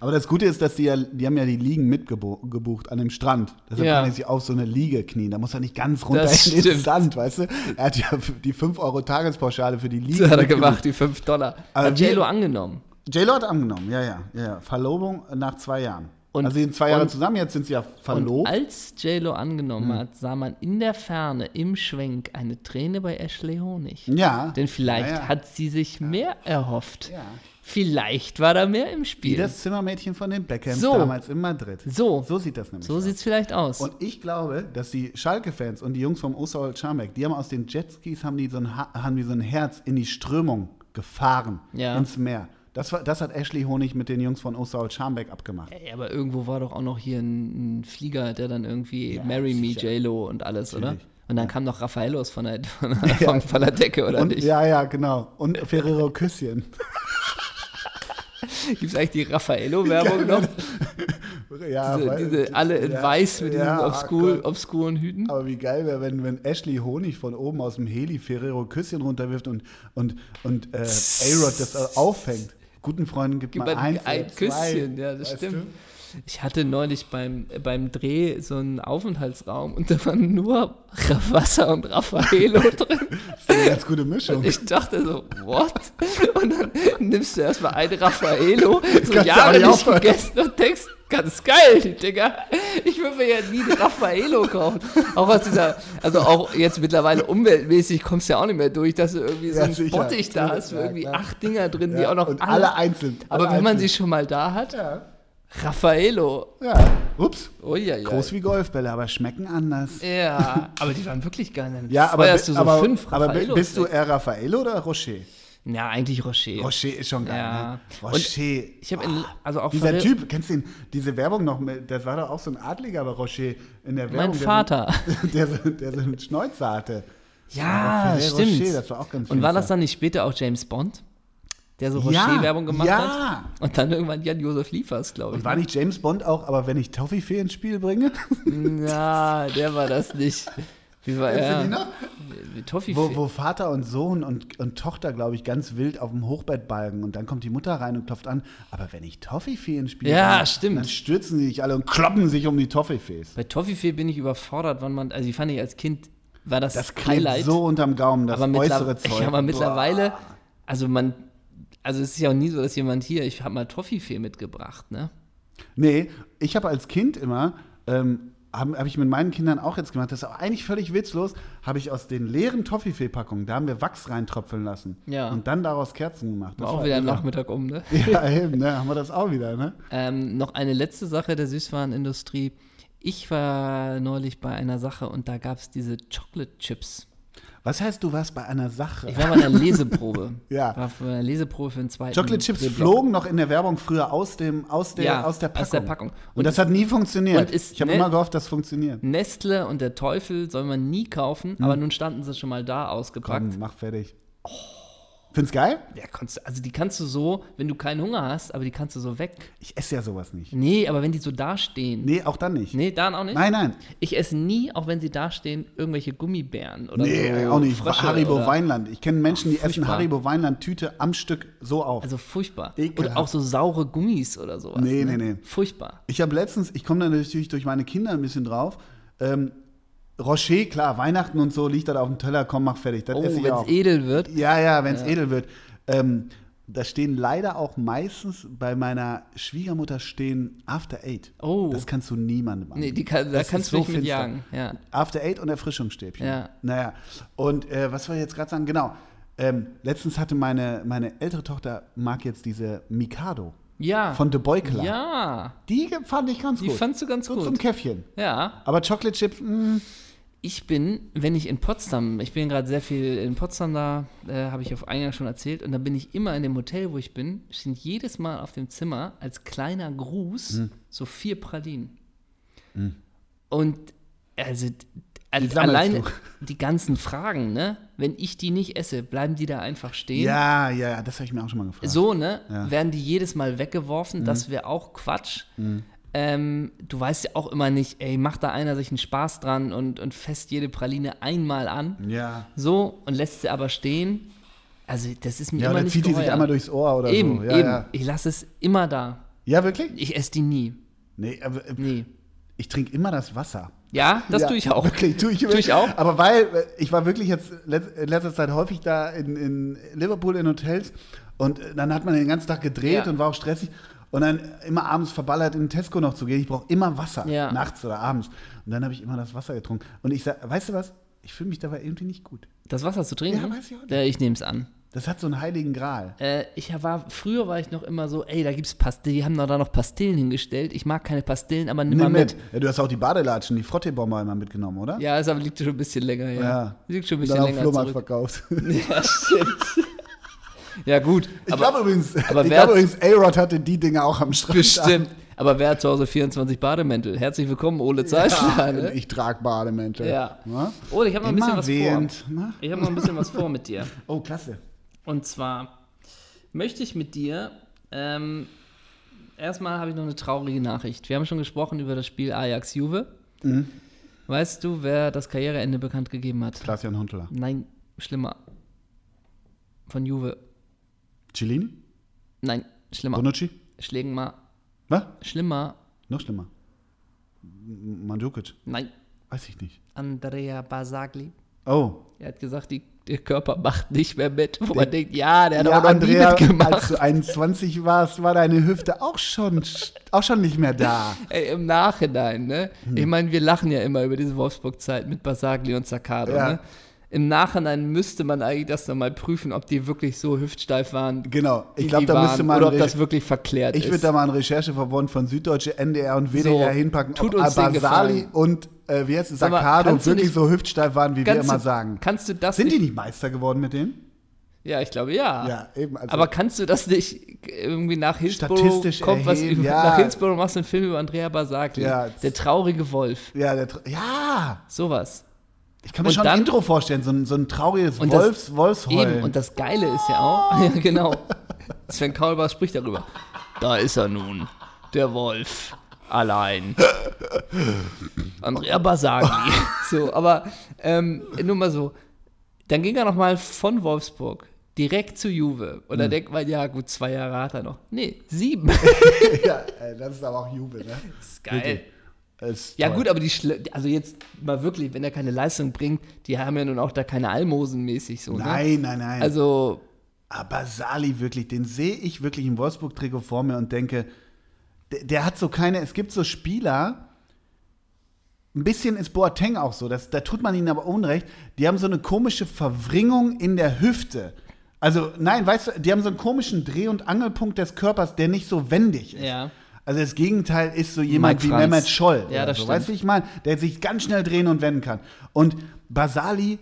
Speaker 2: Aber das Gute ist, dass die ja, die haben ja die Liegen mitgebucht an dem Strand. Deshalb
Speaker 1: Ja.
Speaker 2: kann er sich auf so eine Liege knien. Da muss er nicht ganz runter
Speaker 1: Das
Speaker 2: in den
Speaker 1: stimmt.
Speaker 2: Sand, weißt du? Er hat ja die 5 Euro Tagespauschale für die Liege.
Speaker 1: Das hat er
Speaker 2: mitgebucht.
Speaker 1: gemacht, die 5 Dollar.
Speaker 2: Aber
Speaker 1: hat
Speaker 2: wir-
Speaker 1: JLo angenommen.
Speaker 2: J-Lo hat angenommen, ja, ja, ja. ja. Verlobung nach zwei Jahren.
Speaker 1: Und-
Speaker 2: also sie sind zwei Jahre
Speaker 1: und-
Speaker 2: zusammen, jetzt sind sie ja
Speaker 1: Und
Speaker 2: verlobt.
Speaker 1: als JLo angenommen
Speaker 2: Hm.
Speaker 1: hat, sah man in der Ferne im Schwenk eine Träne bei Ashley Honig.
Speaker 2: ja.
Speaker 1: Denn vielleicht
Speaker 2: Hm. ja, ja.
Speaker 1: hat sie sich mehr erhofft.
Speaker 2: Ja.
Speaker 1: Vielleicht war da mehr im
Speaker 2: Wie
Speaker 1: Spiel.
Speaker 2: das Zimmermädchen von den Beckhams
Speaker 1: So.
Speaker 2: damals in Madrid.
Speaker 1: So.
Speaker 2: So sieht das nämlich
Speaker 1: so
Speaker 2: aus.
Speaker 1: sieht es vielleicht aus.
Speaker 2: Und ich glaube, dass die Schalke-Fans und die Jungs vom Osterwald Scharmbeck, die haben aus den Jetskis haben die so ein, Ha- haben die so ein Herz in die Strömung gefahren,
Speaker 1: Ja.
Speaker 2: ins Meer. Das, war, das hat Ashley Honig mit den Jungs von Osterwald Scharmbeck abgemacht.
Speaker 1: Ey, aber irgendwo war doch auch noch hier ein, ein Flieger, der dann irgendwie
Speaker 2: Ja,
Speaker 1: Marry Me,
Speaker 2: sicher.
Speaker 1: JLo und alles,
Speaker 2: Natürlich.
Speaker 1: oder? Und dann kam noch Raffaellos von der, von der, von der Decke, oder
Speaker 2: Und,
Speaker 1: nicht?
Speaker 2: ja, ja, genau. Und Ferrero Küsschen.
Speaker 1: Gibt es eigentlich die Raffaello-Werbung noch?
Speaker 2: ja,
Speaker 1: diese,
Speaker 2: weil-
Speaker 1: diese, alle in
Speaker 2: genau. ja,
Speaker 1: weiß mit diesen
Speaker 2: ja,
Speaker 1: obskur,
Speaker 2: Gott.
Speaker 1: obskuren Hüten?
Speaker 2: Aber wie geil wäre, wenn, wenn Ashley Honig von oben aus dem Heli Ferrero Küsschen runterwirft und, und, und äh, A-Rod das auffängt. Guten Freunden gibt
Speaker 1: Gib
Speaker 2: man
Speaker 1: mal
Speaker 2: eins
Speaker 1: ein
Speaker 2: oder zwei,
Speaker 1: Küsschen, ja, das
Speaker 2: weißt
Speaker 1: stimmt. Ich hatte neulich beim, äh, beim Dreh so einen Aufenthaltsraum und da waren nur Wasser und Raffaello drin.
Speaker 2: Das ist eine ganz gute Mischung.
Speaker 1: Ich dachte so, what? Und dann nimmst du erstmal ein Raffaello, so
Speaker 2: Kannst du auch
Speaker 1: Jahre
Speaker 2: nicht
Speaker 1: nicht
Speaker 2: aufhören.
Speaker 1: gegessen und denkst, ganz geil, die Dinger. Ich würde mir ja nie ein Raffaello kaufen. Auch aus dieser, also auch jetzt mittlerweile umweltmäßig kommst du ja auch nicht mehr durch, dass du irgendwie so
Speaker 2: Ja,
Speaker 1: einen
Speaker 2: sicher.
Speaker 1: Bottich da hast, wo
Speaker 2: Ja,
Speaker 1: irgendwie
Speaker 2: klar.
Speaker 1: acht Dinger drin, die
Speaker 2: Ja,
Speaker 1: auch noch
Speaker 2: und
Speaker 1: alle-
Speaker 2: alle einzeln.
Speaker 1: Aber
Speaker 2: alle
Speaker 1: wenn man
Speaker 2: einzeln.
Speaker 1: sie schon mal da hat,
Speaker 2: Ja,
Speaker 1: Raffaello.
Speaker 2: ja. Ups.
Speaker 1: Oh ja, ja.
Speaker 2: Groß wie Golfbälle, aber schmecken anders.
Speaker 1: Ja, aber die waren wirklich geil. Dann
Speaker 2: Ja, aber,
Speaker 1: feuerst du so
Speaker 2: aber,
Speaker 1: fünf
Speaker 2: aber
Speaker 1: Raffaellos
Speaker 2: bist du
Speaker 1: weg.
Speaker 2: eher Raffaello oder Rocher?
Speaker 1: Ja, eigentlich Rocher.
Speaker 2: Rocher ist schon geil.
Speaker 1: Ja.
Speaker 2: Ne?
Speaker 1: Und
Speaker 2: Rocher.
Speaker 1: Ich habe in, also auch
Speaker 2: Dieser
Speaker 1: verwir-
Speaker 2: Typ, kennst du ihn? Diese Werbung noch, mit, das war doch auch so ein Adliger bei Rocher in der Werbung.
Speaker 1: mein Vater.
Speaker 2: Der, so- der, so- der so einen Schnäuzer hatte.
Speaker 1: Ja,
Speaker 2: Ferrero
Speaker 1: stimmt.
Speaker 2: Rocher, das war auch ganz
Speaker 1: Und war
Speaker 2: finster.
Speaker 1: das dann nicht später auch James Bond? Der so
Speaker 2: Ja,
Speaker 1: Rocher-Werbung gemacht
Speaker 2: ja.
Speaker 1: hat? Und dann irgendwann Jan-Josef Liefers, glaube ich.
Speaker 2: Und war nicht James Bond auch, aber wenn ich Toffifee ins Spiel bringe?
Speaker 1: Na, der war das nicht. Wie war
Speaker 2: Kennst du
Speaker 1: er?
Speaker 2: die noch?
Speaker 1: Wie Toffifee.
Speaker 2: Wo, wo Vater und Sohn und, und Tochter, glaube ich, ganz wild auf dem Hochbett balgen und dann kommt die Mutter rein und klopft an. Aber wenn ich Toffifee ins Spiel
Speaker 1: Ja,
Speaker 2: bringe,
Speaker 1: stimmt.
Speaker 2: dann stürzen sie sich alle und kloppen sich um die Toffifees.
Speaker 1: Bei Toffifee bin ich überfordert, wann man, also die fand ich als Kind, war das,
Speaker 2: Das klebt
Speaker 1: Highlight.
Speaker 2: so unterm Gaumen, das
Speaker 1: aber
Speaker 2: äußere
Speaker 1: mittlerweile,
Speaker 2: Zeug.
Speaker 1: ja, aber
Speaker 2: Boah.
Speaker 1: mittlerweile, also man, also es ist ja auch nie so, dass jemand hier, ich habe mal Toffifee mitgebracht, ne?
Speaker 2: Nee, ich habe als Kind immer, ähm, habe hab ich mit meinen Kindern auch jetzt gemacht, das ist auch eigentlich völlig witzlos, habe ich aus den leeren Toffifee-Packungen, da haben wir Wachs reintropfeln lassen
Speaker 1: Ja.
Speaker 2: und dann daraus Kerzen gemacht. Das
Speaker 1: War auch wieder am
Speaker 2: irre.
Speaker 1: Nachmittag um, ne?
Speaker 2: Ja, eben, ne, haben wir das auch wieder, ne?
Speaker 1: Ähm, noch eine letzte Sache der Süßwarenindustrie. Ich war neulich bei einer Sache und da gab es diese Chocolate Chips.
Speaker 2: Was heißt, du warst bei einer Sache?
Speaker 1: Ich war bei einer Leseprobe.
Speaker 2: Ja.
Speaker 1: War bei einer Leseprobe für den zweiten.
Speaker 2: Chocolate Chips
Speaker 1: Drehblock.
Speaker 2: flogen noch in der Werbung früher aus, dem, aus, der,
Speaker 1: Hm, Ja,
Speaker 2: aus der Packung.
Speaker 1: aus der Packung.
Speaker 2: Und,
Speaker 1: Und
Speaker 2: das hat nie funktioniert.
Speaker 1: und ist,
Speaker 2: ich habe
Speaker 1: ne- Hm,
Speaker 2: immer gehofft, das funktioniert.
Speaker 1: Nestle und der Teufel soll man nie kaufen,
Speaker 2: Hm.
Speaker 1: aber nun standen sie schon mal da ausgepackt.
Speaker 2: Komm, mach fertig.
Speaker 1: Oh.
Speaker 2: Find's geil?
Speaker 1: Ja, kannst, du- also die kannst du so, wenn du keinen Hunger hast, aber die kannst du so weg.
Speaker 2: Ich esse ja sowas nicht.
Speaker 1: Nee, aber wenn die so dastehen. Nee,
Speaker 2: Nee, auch dann nicht.
Speaker 1: dann auch nicht?
Speaker 2: Nein, nein.
Speaker 1: Ich esse nie, auch wenn sie dastehen, irgendwelche Gummibären oder
Speaker 2: Nee,
Speaker 1: so.
Speaker 2: auch nicht.
Speaker 1: Also, Frösche
Speaker 2: Haribo
Speaker 1: oder-
Speaker 2: Weinland. Ich kenne Menschen, die
Speaker 1: Ach, furchtbar.
Speaker 2: essen Haribo Weinland-Tüte am Stück so auf.
Speaker 1: Also furchtbar.
Speaker 2: Ekelhaft.
Speaker 1: Und auch so saure Gummis oder sowas.
Speaker 2: Nee,
Speaker 1: ne?
Speaker 2: nee, nee.
Speaker 1: Furchtbar.
Speaker 2: ich habe letztens, ich komme da natürlich durch meine Kinder ein bisschen drauf. Ähm, Rocher, klar, Weihnachten und so, liegt da auf dem Teller, komm, mach fertig. Das
Speaker 1: Oh,
Speaker 2: esse ich
Speaker 1: wenn
Speaker 2: auch.
Speaker 1: es edel wird.
Speaker 2: Ja, ja, wenn es edel wird. Ähm, da stehen leider auch meistens bei meiner Schwiegermutter stehen After Eight.
Speaker 1: Oh.
Speaker 2: Das kannst du niemandem machen.
Speaker 1: Nee, die kann, da
Speaker 2: Das ist
Speaker 1: kannst du
Speaker 2: so
Speaker 1: nicht mit
Speaker 2: finster.
Speaker 1: jagen. Ja.
Speaker 2: After Eight und Erfrischungsstäbchen.
Speaker 1: Ja.
Speaker 2: Naja. Und äh, was soll ich jetzt gerade sagen? Genau. Ähm, letztens hatte meine, meine ältere Tochter mag jetzt diese Mikado
Speaker 1: ja.
Speaker 2: von De Beukler.
Speaker 1: Ja.
Speaker 2: Die fand ich ganz
Speaker 1: Die
Speaker 2: gut.
Speaker 1: fandst du ganz
Speaker 2: so
Speaker 1: gut.
Speaker 2: zum Käffchen.
Speaker 1: Ja.
Speaker 2: Aber Chocolate Chips, mm. mh,
Speaker 1: Ich bin, wenn ich in Potsdam, ich bin gerade sehr viel in Potsdam da, äh, habe ich auf Eingang schon erzählt, und da bin ich immer in dem Hotel, wo ich bin, sind jedes Mal auf dem Zimmer als kleiner Gruß
Speaker 2: Hm.
Speaker 1: so vier Pralinen. Und also d- al-
Speaker 2: sammelst
Speaker 1: alleine
Speaker 2: du.
Speaker 1: die ganzen Fragen, ne? Wenn ich die nicht esse, bleiben die da einfach stehen.
Speaker 2: ja, ja, ja, Mhm. das habe ich mir auch schon mal gefragt.
Speaker 1: So, ne?
Speaker 2: Ja. Mhm.
Speaker 1: Werden die jedes Mal weggeworfen, das wäre auch Quatsch. ähm, du weißt ja auch immer nicht, ey, macht da einer sich einen Spaß dran und, und fest jede Praline einmal an.
Speaker 2: Ja.
Speaker 1: So, und lässt sie aber stehen. Also, das ist mir
Speaker 2: Ja,
Speaker 1: immer
Speaker 2: oder
Speaker 1: nicht
Speaker 2: zieht die
Speaker 1: geheuer.
Speaker 2: sich einmal durchs Ohr oder
Speaker 1: Eben,
Speaker 2: so. Ja,
Speaker 1: eben.
Speaker 2: ja.
Speaker 1: Ich lasse es immer da.
Speaker 2: Ja, wirklich?
Speaker 1: Ich esse die nie.
Speaker 2: Nee, aber, äh,
Speaker 1: Nee.
Speaker 2: ich trinke immer das Wasser.
Speaker 1: Ja, das
Speaker 2: ja,
Speaker 1: tue ich auch.
Speaker 2: Wirklich, tue ich,
Speaker 1: Tue ich auch.
Speaker 2: Aber weil, äh, ich war wirklich jetzt let- in letzter Zeit häufig da in, in Liverpool in Hotels und äh, dann hat man den ganzen Tag gedreht
Speaker 1: Ja.
Speaker 2: und war auch stressig. Und dann immer abends verballert in Tesco noch zu gehen. Ich brauche immer Wasser,
Speaker 1: Ja.
Speaker 2: nachts oder abends. Und dann habe ich immer das Wasser getrunken. Und ich sage, weißt du was? Ich fühle mich dabei irgendwie nicht gut.
Speaker 1: Das Wasser zu trinken?
Speaker 2: Ja, weiß ich auch nicht.
Speaker 1: Äh, ich nehme es an.
Speaker 2: Das hat so einen heiligen Gral.
Speaker 1: Äh, ich war, früher war ich noch immer so, ey, da gibt's Pastillen, die haben da noch Pastillen hingestellt. Ich mag keine Pastillen, aber nimm mal
Speaker 2: Nimm
Speaker 1: mit.
Speaker 2: Ja, du hast auch die Badelatschen, die Frottebomber immer mitgenommen, oder?
Speaker 1: Ja, es aber liegt schon ein bisschen länger her.
Speaker 2: Ja.
Speaker 1: Liegt schon ein
Speaker 2: Und
Speaker 1: bisschen
Speaker 2: dann auf
Speaker 1: länger
Speaker 2: Flohmarkt
Speaker 1: zurück.
Speaker 2: verkauft.
Speaker 1: Ja, stimmt. ja, gut.
Speaker 2: Ich
Speaker 1: aber
Speaker 2: glaube übrigens, ich
Speaker 1: aber wer
Speaker 2: glaube
Speaker 1: hat's-
Speaker 2: übrigens, A-Rod hatte die Dinge auch am Strand.
Speaker 1: bestimmt. Aber wer hat zu Hause 24 Bademäntel? Herzlich willkommen, Ole Zeissler.
Speaker 2: Ja,
Speaker 1: ne?
Speaker 2: Ah, ich trage Bademäntel.
Speaker 1: Ja.
Speaker 2: Na?
Speaker 1: Ole, ich habe noch ein bisschen
Speaker 2: Immer
Speaker 1: was
Speaker 2: erwähnt.
Speaker 1: vor.
Speaker 2: Na?
Speaker 1: Ich habe noch ein bisschen was vor mit dir.
Speaker 2: Oh, klasse.
Speaker 1: Und zwar möchte ich mit dir, ähm, erstmal habe ich noch eine traurige Nachricht. Wir haben schon gesprochen über das Spiel Ajax-Juve.
Speaker 2: Mhm.
Speaker 1: Weißt du, wer das Karriereende bekannt gegeben hat?
Speaker 2: Klaas-Jan Huntelaar.
Speaker 1: Nein, schlimmer. Von Juve.
Speaker 2: Cellini?
Speaker 1: Nein, schlimmer.
Speaker 2: Bonucci?
Speaker 1: Schlägen mal.
Speaker 2: Was?
Speaker 1: Schlimmer.
Speaker 2: Noch schlimmer. M- Mandzukic?
Speaker 1: Nein,
Speaker 2: Weiß ich nicht.
Speaker 1: Andrea Basagli.
Speaker 2: Oh.
Speaker 1: Er hat gesagt, die, der Körper macht nicht mehr mit. Wo man
Speaker 2: Der-
Speaker 1: denkt, ja, der hat aber noch nie
Speaker 2: als
Speaker 1: mitgemacht.
Speaker 2: du 21 warst, war deine Hüfte auch schon, sch- auch schon nicht mehr da.
Speaker 1: Ey, Im Nachhinein, ne?
Speaker 2: Hm.
Speaker 1: Ich meine, wir lachen ja immer über diese Wolfsburg-Zeit mit Basagli und Zaccardo,
Speaker 2: Ja.
Speaker 1: ne? Im Nachhinein müsste man eigentlich das nochmal prüfen, ob die wirklich so hüftsteif waren.
Speaker 2: Genau.
Speaker 1: wie
Speaker 2: Ich glaube,
Speaker 1: die
Speaker 2: da
Speaker 1: waren,
Speaker 2: müsste man.
Speaker 1: Oder ob
Speaker 2: Re-
Speaker 1: das wirklich verklärt
Speaker 2: ich würde
Speaker 1: ist.
Speaker 2: da mal einen Rechercheverbund von Süddeutsche, NDR und WDR
Speaker 1: So,
Speaker 2: hinpacken,
Speaker 1: tut
Speaker 2: ob
Speaker 1: uns den
Speaker 2: Basali
Speaker 1: Gefallen.
Speaker 2: und äh, wie heißt es,
Speaker 1: Sag mal,
Speaker 2: Sakado
Speaker 1: kannst du
Speaker 2: wirklich
Speaker 1: nicht-
Speaker 2: so hüftsteif waren, wie wir
Speaker 1: Kannst
Speaker 2: immer
Speaker 1: du-
Speaker 2: sagen.
Speaker 1: Kannst du das
Speaker 2: Sind die
Speaker 1: nicht?
Speaker 2: nicht Meister geworden mit denen?
Speaker 1: Ja, ich glaube ja.
Speaker 2: eben. Also
Speaker 1: Aber kannst du das nicht irgendwie nach Hillsborough
Speaker 2: Statistisch
Speaker 1: kommt was
Speaker 2: erheben,
Speaker 1: über,
Speaker 2: ja.
Speaker 1: nach Hillsborough machst du einen Film über Andrea Basagli,
Speaker 2: Ja,
Speaker 1: der traurige Wolf,
Speaker 2: ja, der, Tra- ja,
Speaker 1: sowas.
Speaker 2: ich kann mir
Speaker 1: Und
Speaker 2: schon
Speaker 1: dann-
Speaker 2: ein Intro vorstellen, so ein, so ein trauriges
Speaker 1: Und das-
Speaker 2: Wolfs, Wolfsheulen.
Speaker 1: Eben, und das Geile ist ja auch, ja genau, Sven Kaulbach spricht darüber. Da ist er nun, der Wolf, allein. Andrea Basagli. so, aber ähm, nur mal so. Dann ging er nochmal von Wolfsburg direkt zu Juve.
Speaker 2: Hm.
Speaker 1: Und da denkt man, ja gut, zwei Jahre hat er noch. Nee, sieben.
Speaker 2: ja, ey, das ist aber auch Jubel, ne?
Speaker 1: ist geil.
Speaker 2: Ist
Speaker 1: Ja
Speaker 2: toll.
Speaker 1: gut, aber die, Schle also jetzt mal wirklich, wenn er keine Leistung bringt, die haben ja nun auch da keine Almosen mäßig so, ne?
Speaker 2: Nein, nein, nein.
Speaker 1: Also,
Speaker 2: Aber Sali wirklich, den sehe ich wirklich im Wolfsburg-Trikot vor mir und denke, der, der hat so keine, es gibt so Spieler, ein bisschen ist Boateng auch so, das, da tut man ihnen aber Unrecht, die haben so eine komische Verwringung in der Hüfte. Also, nein, weißt du, die haben so einen komischen Dreh- und Angelpunkt des Körpers, der nicht so wendig ist.
Speaker 1: Ja.
Speaker 2: Also das Gegenteil ist so jemand
Speaker 1: Mike
Speaker 2: wie
Speaker 1: Franz.
Speaker 2: Mehmet Scholl.
Speaker 1: Ja,
Speaker 2: oder
Speaker 1: das
Speaker 2: so.
Speaker 1: stimmt.
Speaker 2: Weißt du, wie ich meine? Der sich ganz schnell drehen und wenden kann. Und Basali,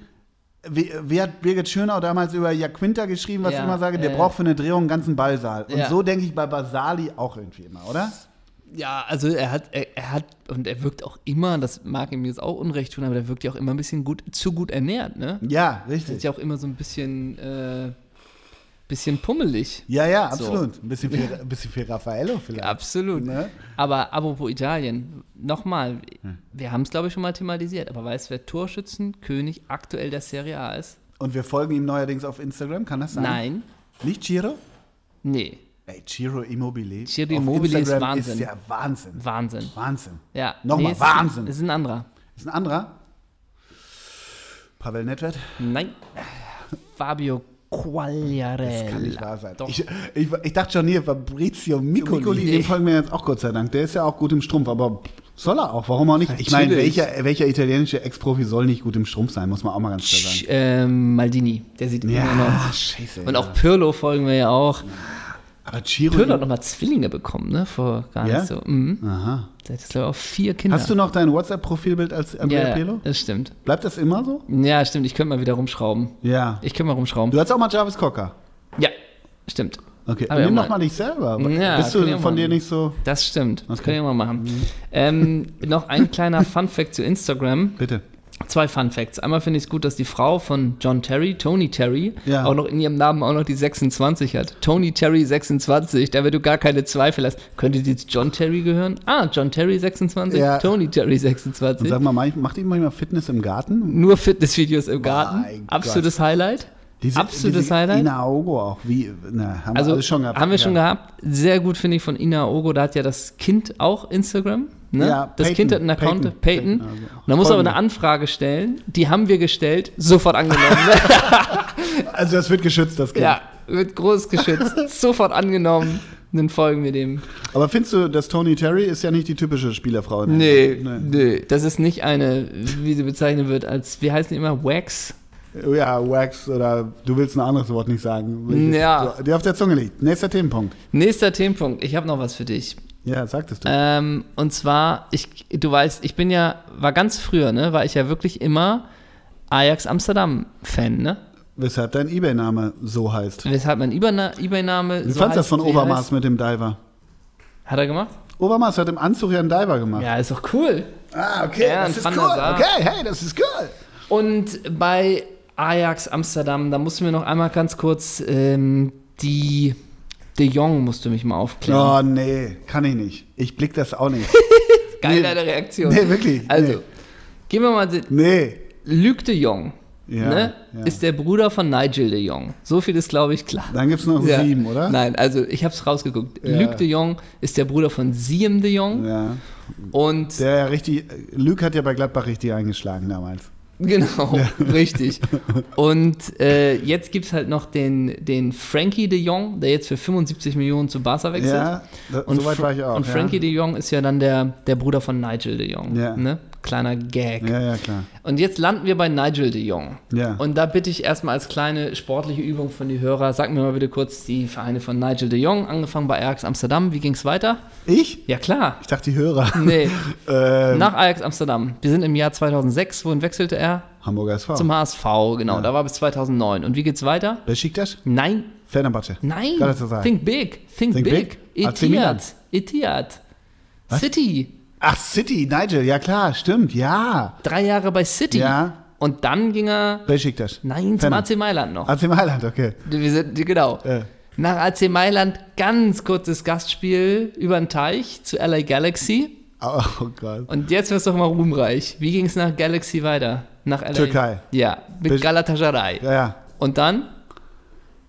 Speaker 2: wie, wie hat Birgit Schönau damals über Jaquinta geschrieben, was
Speaker 1: Ja,
Speaker 2: ich immer sage, der
Speaker 1: äh.
Speaker 2: braucht für eine Drehung einen ganzen Ballsaal. Und
Speaker 1: Ja.
Speaker 2: so denke ich bei Basali auch irgendwie immer, oder?
Speaker 1: ja, also er hat, er, er hat, und er wirkt auch immer, das mag ihm jetzt auch Unrecht tun, aber der wirkt ja auch immer ein bisschen gut, zu gut ernährt, ne?
Speaker 2: Ja,
Speaker 1: Der ist
Speaker 2: richtig.
Speaker 1: ja auch immer so ein bisschen, äh, bisschen pummelig.
Speaker 2: Ja, ja,
Speaker 1: So.
Speaker 2: absolut. Ein, bisschen viel, ein bisschen viel Raffaello vielleicht.
Speaker 1: Absolut.
Speaker 2: Ne? Hm.
Speaker 1: Aber apropos Italien, nochmal, wir haben es glaube ich schon mal thematisiert, aber weißt du, wer Torschützenkönig aktuell der Serie A ist?
Speaker 2: Und wir folgen ihm neuerdings auf Instagram, kann das sein?
Speaker 1: Nein.
Speaker 2: Nicht Giro?
Speaker 1: Nee.
Speaker 2: Ey, Giro Immobile.
Speaker 1: Ciro
Speaker 2: auf
Speaker 1: Immobile ist
Speaker 2: Instagram
Speaker 1: Wahnsinn.
Speaker 2: Ist ja Wahnsinn.
Speaker 1: Wahnsinn.
Speaker 2: Wahnsinn.
Speaker 1: Ja.
Speaker 2: Nochmal,
Speaker 1: es
Speaker 2: Wahnsinn.
Speaker 1: Ist, es ist ein anderer.
Speaker 2: Ist ein anderer. Pavel Nedved.
Speaker 1: Nein. Fabio Quagliarella.
Speaker 2: Kann nicht wahr sein.
Speaker 1: Doch.
Speaker 2: Ich, ich, ich dachte schon hier, Fabrizio Miccoli,
Speaker 1: Miccoli.
Speaker 2: dem folgen wir jetzt auch Gott sei Dank. Der ist ja auch gut im Strumpf, aber soll er auch, warum auch nicht? Ich meine,
Speaker 1: Natürlich.
Speaker 2: welcher, welcher italienische Ex-Profi soll nicht gut im Strumpf sein, muss man auch mal ganz klar sagen.
Speaker 1: Sch- ähm, Maldini. Der sieht immer
Speaker 2: Ja,
Speaker 1: noch.
Speaker 2: scheiße.
Speaker 1: Und
Speaker 2: ja.
Speaker 1: auch Pirlo folgen wir ja auch.
Speaker 2: aber Ciro,
Speaker 1: Pirlo hat nochmal Zwillinge bekommen, ne? Vor gar
Speaker 2: Ja?
Speaker 1: nicht so. Mhm.
Speaker 2: Aha.
Speaker 1: Der hat, glaube ich, auch vier Kinder.
Speaker 2: Hast du noch dein WhatsApp-Profilbild als Andrea
Speaker 1: ja,
Speaker 2: Pirlo?
Speaker 1: das stimmt.
Speaker 2: Bleibt das immer so?
Speaker 1: Ja, stimmt. Ich könnte mal wieder rumschrauben.
Speaker 2: Ja.
Speaker 1: Ich könnte mal rumschrauben.
Speaker 2: Du hattest auch mal Jarvis Cocker.
Speaker 1: Ja, stimmt.
Speaker 2: Okay,
Speaker 1: Aber
Speaker 2: nimm
Speaker 1: Ah, ja,
Speaker 2: doch mal dich selber.
Speaker 1: Ja,
Speaker 2: Bist
Speaker 1: kann ich
Speaker 2: du
Speaker 1: auch
Speaker 2: von dir
Speaker 1: machen.
Speaker 2: nicht so...
Speaker 1: Das
Speaker 2: Mhm.
Speaker 1: stimmt. Das können wir mal machen. Ähm, noch ein kleiner Funfact zu Instagram.
Speaker 2: Bitte.
Speaker 1: Zwei Fun Facts. Einmal finde ich es gut, dass die Frau von John Terry, Tony Terry,
Speaker 2: Ja.
Speaker 1: auch noch in ihrem Namen auch noch die 26 hat. Tony Terry 26, damit du gar keine Zweifel hast. Könnte die zu John Terry gehören? Ah, John Terry 26,
Speaker 2: Ja.
Speaker 1: Tony Terry
Speaker 2: Und
Speaker 1: 26.
Speaker 2: sag mal, manch- macht ihr manchmal Fitness im Garten?
Speaker 1: Nur Fitnessvideos im Garten.
Speaker 2: Mein Gott.
Speaker 1: Absolutes Highlight. Absolutes Highlight.
Speaker 2: Ina Ogo auch. Wie, na, haben wir
Speaker 1: Also
Speaker 2: alles schon gehabt.
Speaker 1: haben wir schon
Speaker 2: ja.
Speaker 1: gehabt. Sehr gut finde ich von Ina Ogo. Da hat ja das Kind auch Instagram. Ne?
Speaker 2: Ja,
Speaker 1: das
Speaker 2: Peyton,
Speaker 1: Kind hat einen Account,
Speaker 2: Peyton,
Speaker 1: Peyton.
Speaker 2: Peyton, also auch
Speaker 1: Und da muss aber
Speaker 2: folgende.
Speaker 1: eine Anfrage stellen. Die haben wir gestellt, sofort angenommen.
Speaker 2: Also das wird geschützt, das Kind.
Speaker 1: ja, wird groß geschützt, sofort angenommen. Dann folgen wir dem.
Speaker 2: Aber findest du, dass Tony Terry ist ja nicht die typische Spielerfrau? in der
Speaker 1: Nee,
Speaker 2: NFL?
Speaker 1: nee, Das ist nicht eine, wie sie bezeichnet wird, als, wie heißen die immer, Wax?
Speaker 2: Oh Ja, Wax oder du willst ein anderes Wort nicht sagen. welches
Speaker 1: Ja.
Speaker 2: du- Dir auf der Zunge liegt. Nächster Themenpunkt.
Speaker 1: Nächster Themenpunkt. Ich habe noch was für dich.
Speaker 2: Ja, sagtest du.
Speaker 1: Ähm, und zwar, ich, du weißt, ich bin ja, war ganz früher, ne, war ich ja wirklich immer Ajax Amsterdam-Fan, ne?
Speaker 2: Weshalb dein Ebay-Name so heißt.
Speaker 1: Weshalb mein Iberna- Ebay-Name
Speaker 2: Wie fandst du das
Speaker 1: heißt,
Speaker 2: von
Speaker 1: wie er
Speaker 2: Obermaß mit dem Diver?
Speaker 1: heißt. Hat er gemacht?
Speaker 2: Obermaß hat im Anzug ja einen Diver gemacht.
Speaker 1: Ja, ist doch cool.
Speaker 2: Ah, okay,
Speaker 1: Ja,
Speaker 2: das
Speaker 1: ein
Speaker 2: ist
Speaker 1: Van
Speaker 2: cool.
Speaker 1: der Sar.
Speaker 2: Okay, hey, das ist cool.
Speaker 1: Und bei Ajax Amsterdam, da musst du mir noch einmal ganz kurz ähm, die De Jong musst du mich mal aufklären.
Speaker 2: Oh, nee, kann ich nicht. Ich blick das auch nicht.
Speaker 1: Geil
Speaker 2: nee.
Speaker 1: deine Reaktion.
Speaker 2: nee, wirklich.
Speaker 1: Also, gehen wir mal, den-
Speaker 2: Nee.
Speaker 1: Luc De Jong
Speaker 2: Ja,
Speaker 1: ne,
Speaker 2: ja.
Speaker 1: ist der Bruder von Nigel De Jong. So viel ist, glaube ich, klar.
Speaker 2: Dann gibt es noch
Speaker 1: Ja.
Speaker 2: sieben, oder?
Speaker 1: Nein, also ich habe es rausgeguckt.
Speaker 2: Ja.
Speaker 1: Luc de Jong ist der Bruder von Siem de Jong
Speaker 2: Ja.
Speaker 1: und
Speaker 2: Der ja richtig. Lüg hat ja bei Gladbach richtig eingeschlagen damals.
Speaker 1: genau, richtig. Und äh, jetzt gibt es halt noch den, den Frankie de Jong, der jetzt für 75 Millionen zu Barca wechselt.
Speaker 2: Ja, da,
Speaker 1: Und
Speaker 2: soweit
Speaker 1: Fr-
Speaker 2: war ich auch.
Speaker 1: Und Frankie
Speaker 2: ja.
Speaker 1: de Jong ist ja dann der, der Bruder von Nigel de Jong.
Speaker 2: Ja.
Speaker 1: Ne? Kleiner Gag.
Speaker 2: Ja, ja, klar.
Speaker 1: Und jetzt landen wir bei Nigel de Jong.
Speaker 2: Ja.
Speaker 1: Und da bitte ich erstmal als kleine sportliche Übung von die Hörer, sag mir mal bitte kurz die Vereine von Nigel de Jong, angefangen bei Ajax Amsterdam. Wie ging es weiter?
Speaker 2: ich?
Speaker 1: Ja, klar.
Speaker 2: Ich dachte, die Hörer.
Speaker 1: Nee,
Speaker 2: Ähm,
Speaker 1: nach Ajax Amsterdam. Wir sind im Jahr 2006, wohin wechselte er?
Speaker 2: Hamburger SV.
Speaker 1: Zum HSV, genau. Da war bis 2009. Und wie geht's weiter?
Speaker 2: Besiktas?
Speaker 1: Nein,
Speaker 2: Fenerbahce.
Speaker 1: nein.
Speaker 2: Galatasaray.
Speaker 1: Think big, think,
Speaker 2: Think
Speaker 1: big.
Speaker 2: big? AC Milan.
Speaker 1: Etihad, Etihad. City.
Speaker 2: Ach, City, Nigel. Ja, klar, stimmt. Ja.
Speaker 1: Drei Jahre bei City.
Speaker 2: Ja.
Speaker 1: Und dann ging er,
Speaker 2: Besiktas.
Speaker 1: nein, zum AC Mailand noch.
Speaker 2: AC Mailand, okay.
Speaker 1: Wir sind, genau.
Speaker 2: Äh.
Speaker 1: Nach AC Mailand ganz kurzes Gastspiel über den Teich zu LA Galaxy.
Speaker 2: Oh, oh Gott.
Speaker 1: Und jetzt wirst du doch mal ruhmreich. Wie ging es nach Galaxy weiter? Nach LA?
Speaker 2: Türkei.
Speaker 1: Ja, mit
Speaker 2: Bis-
Speaker 1: Galatasaray.
Speaker 2: Ja, ja.
Speaker 1: Und dann?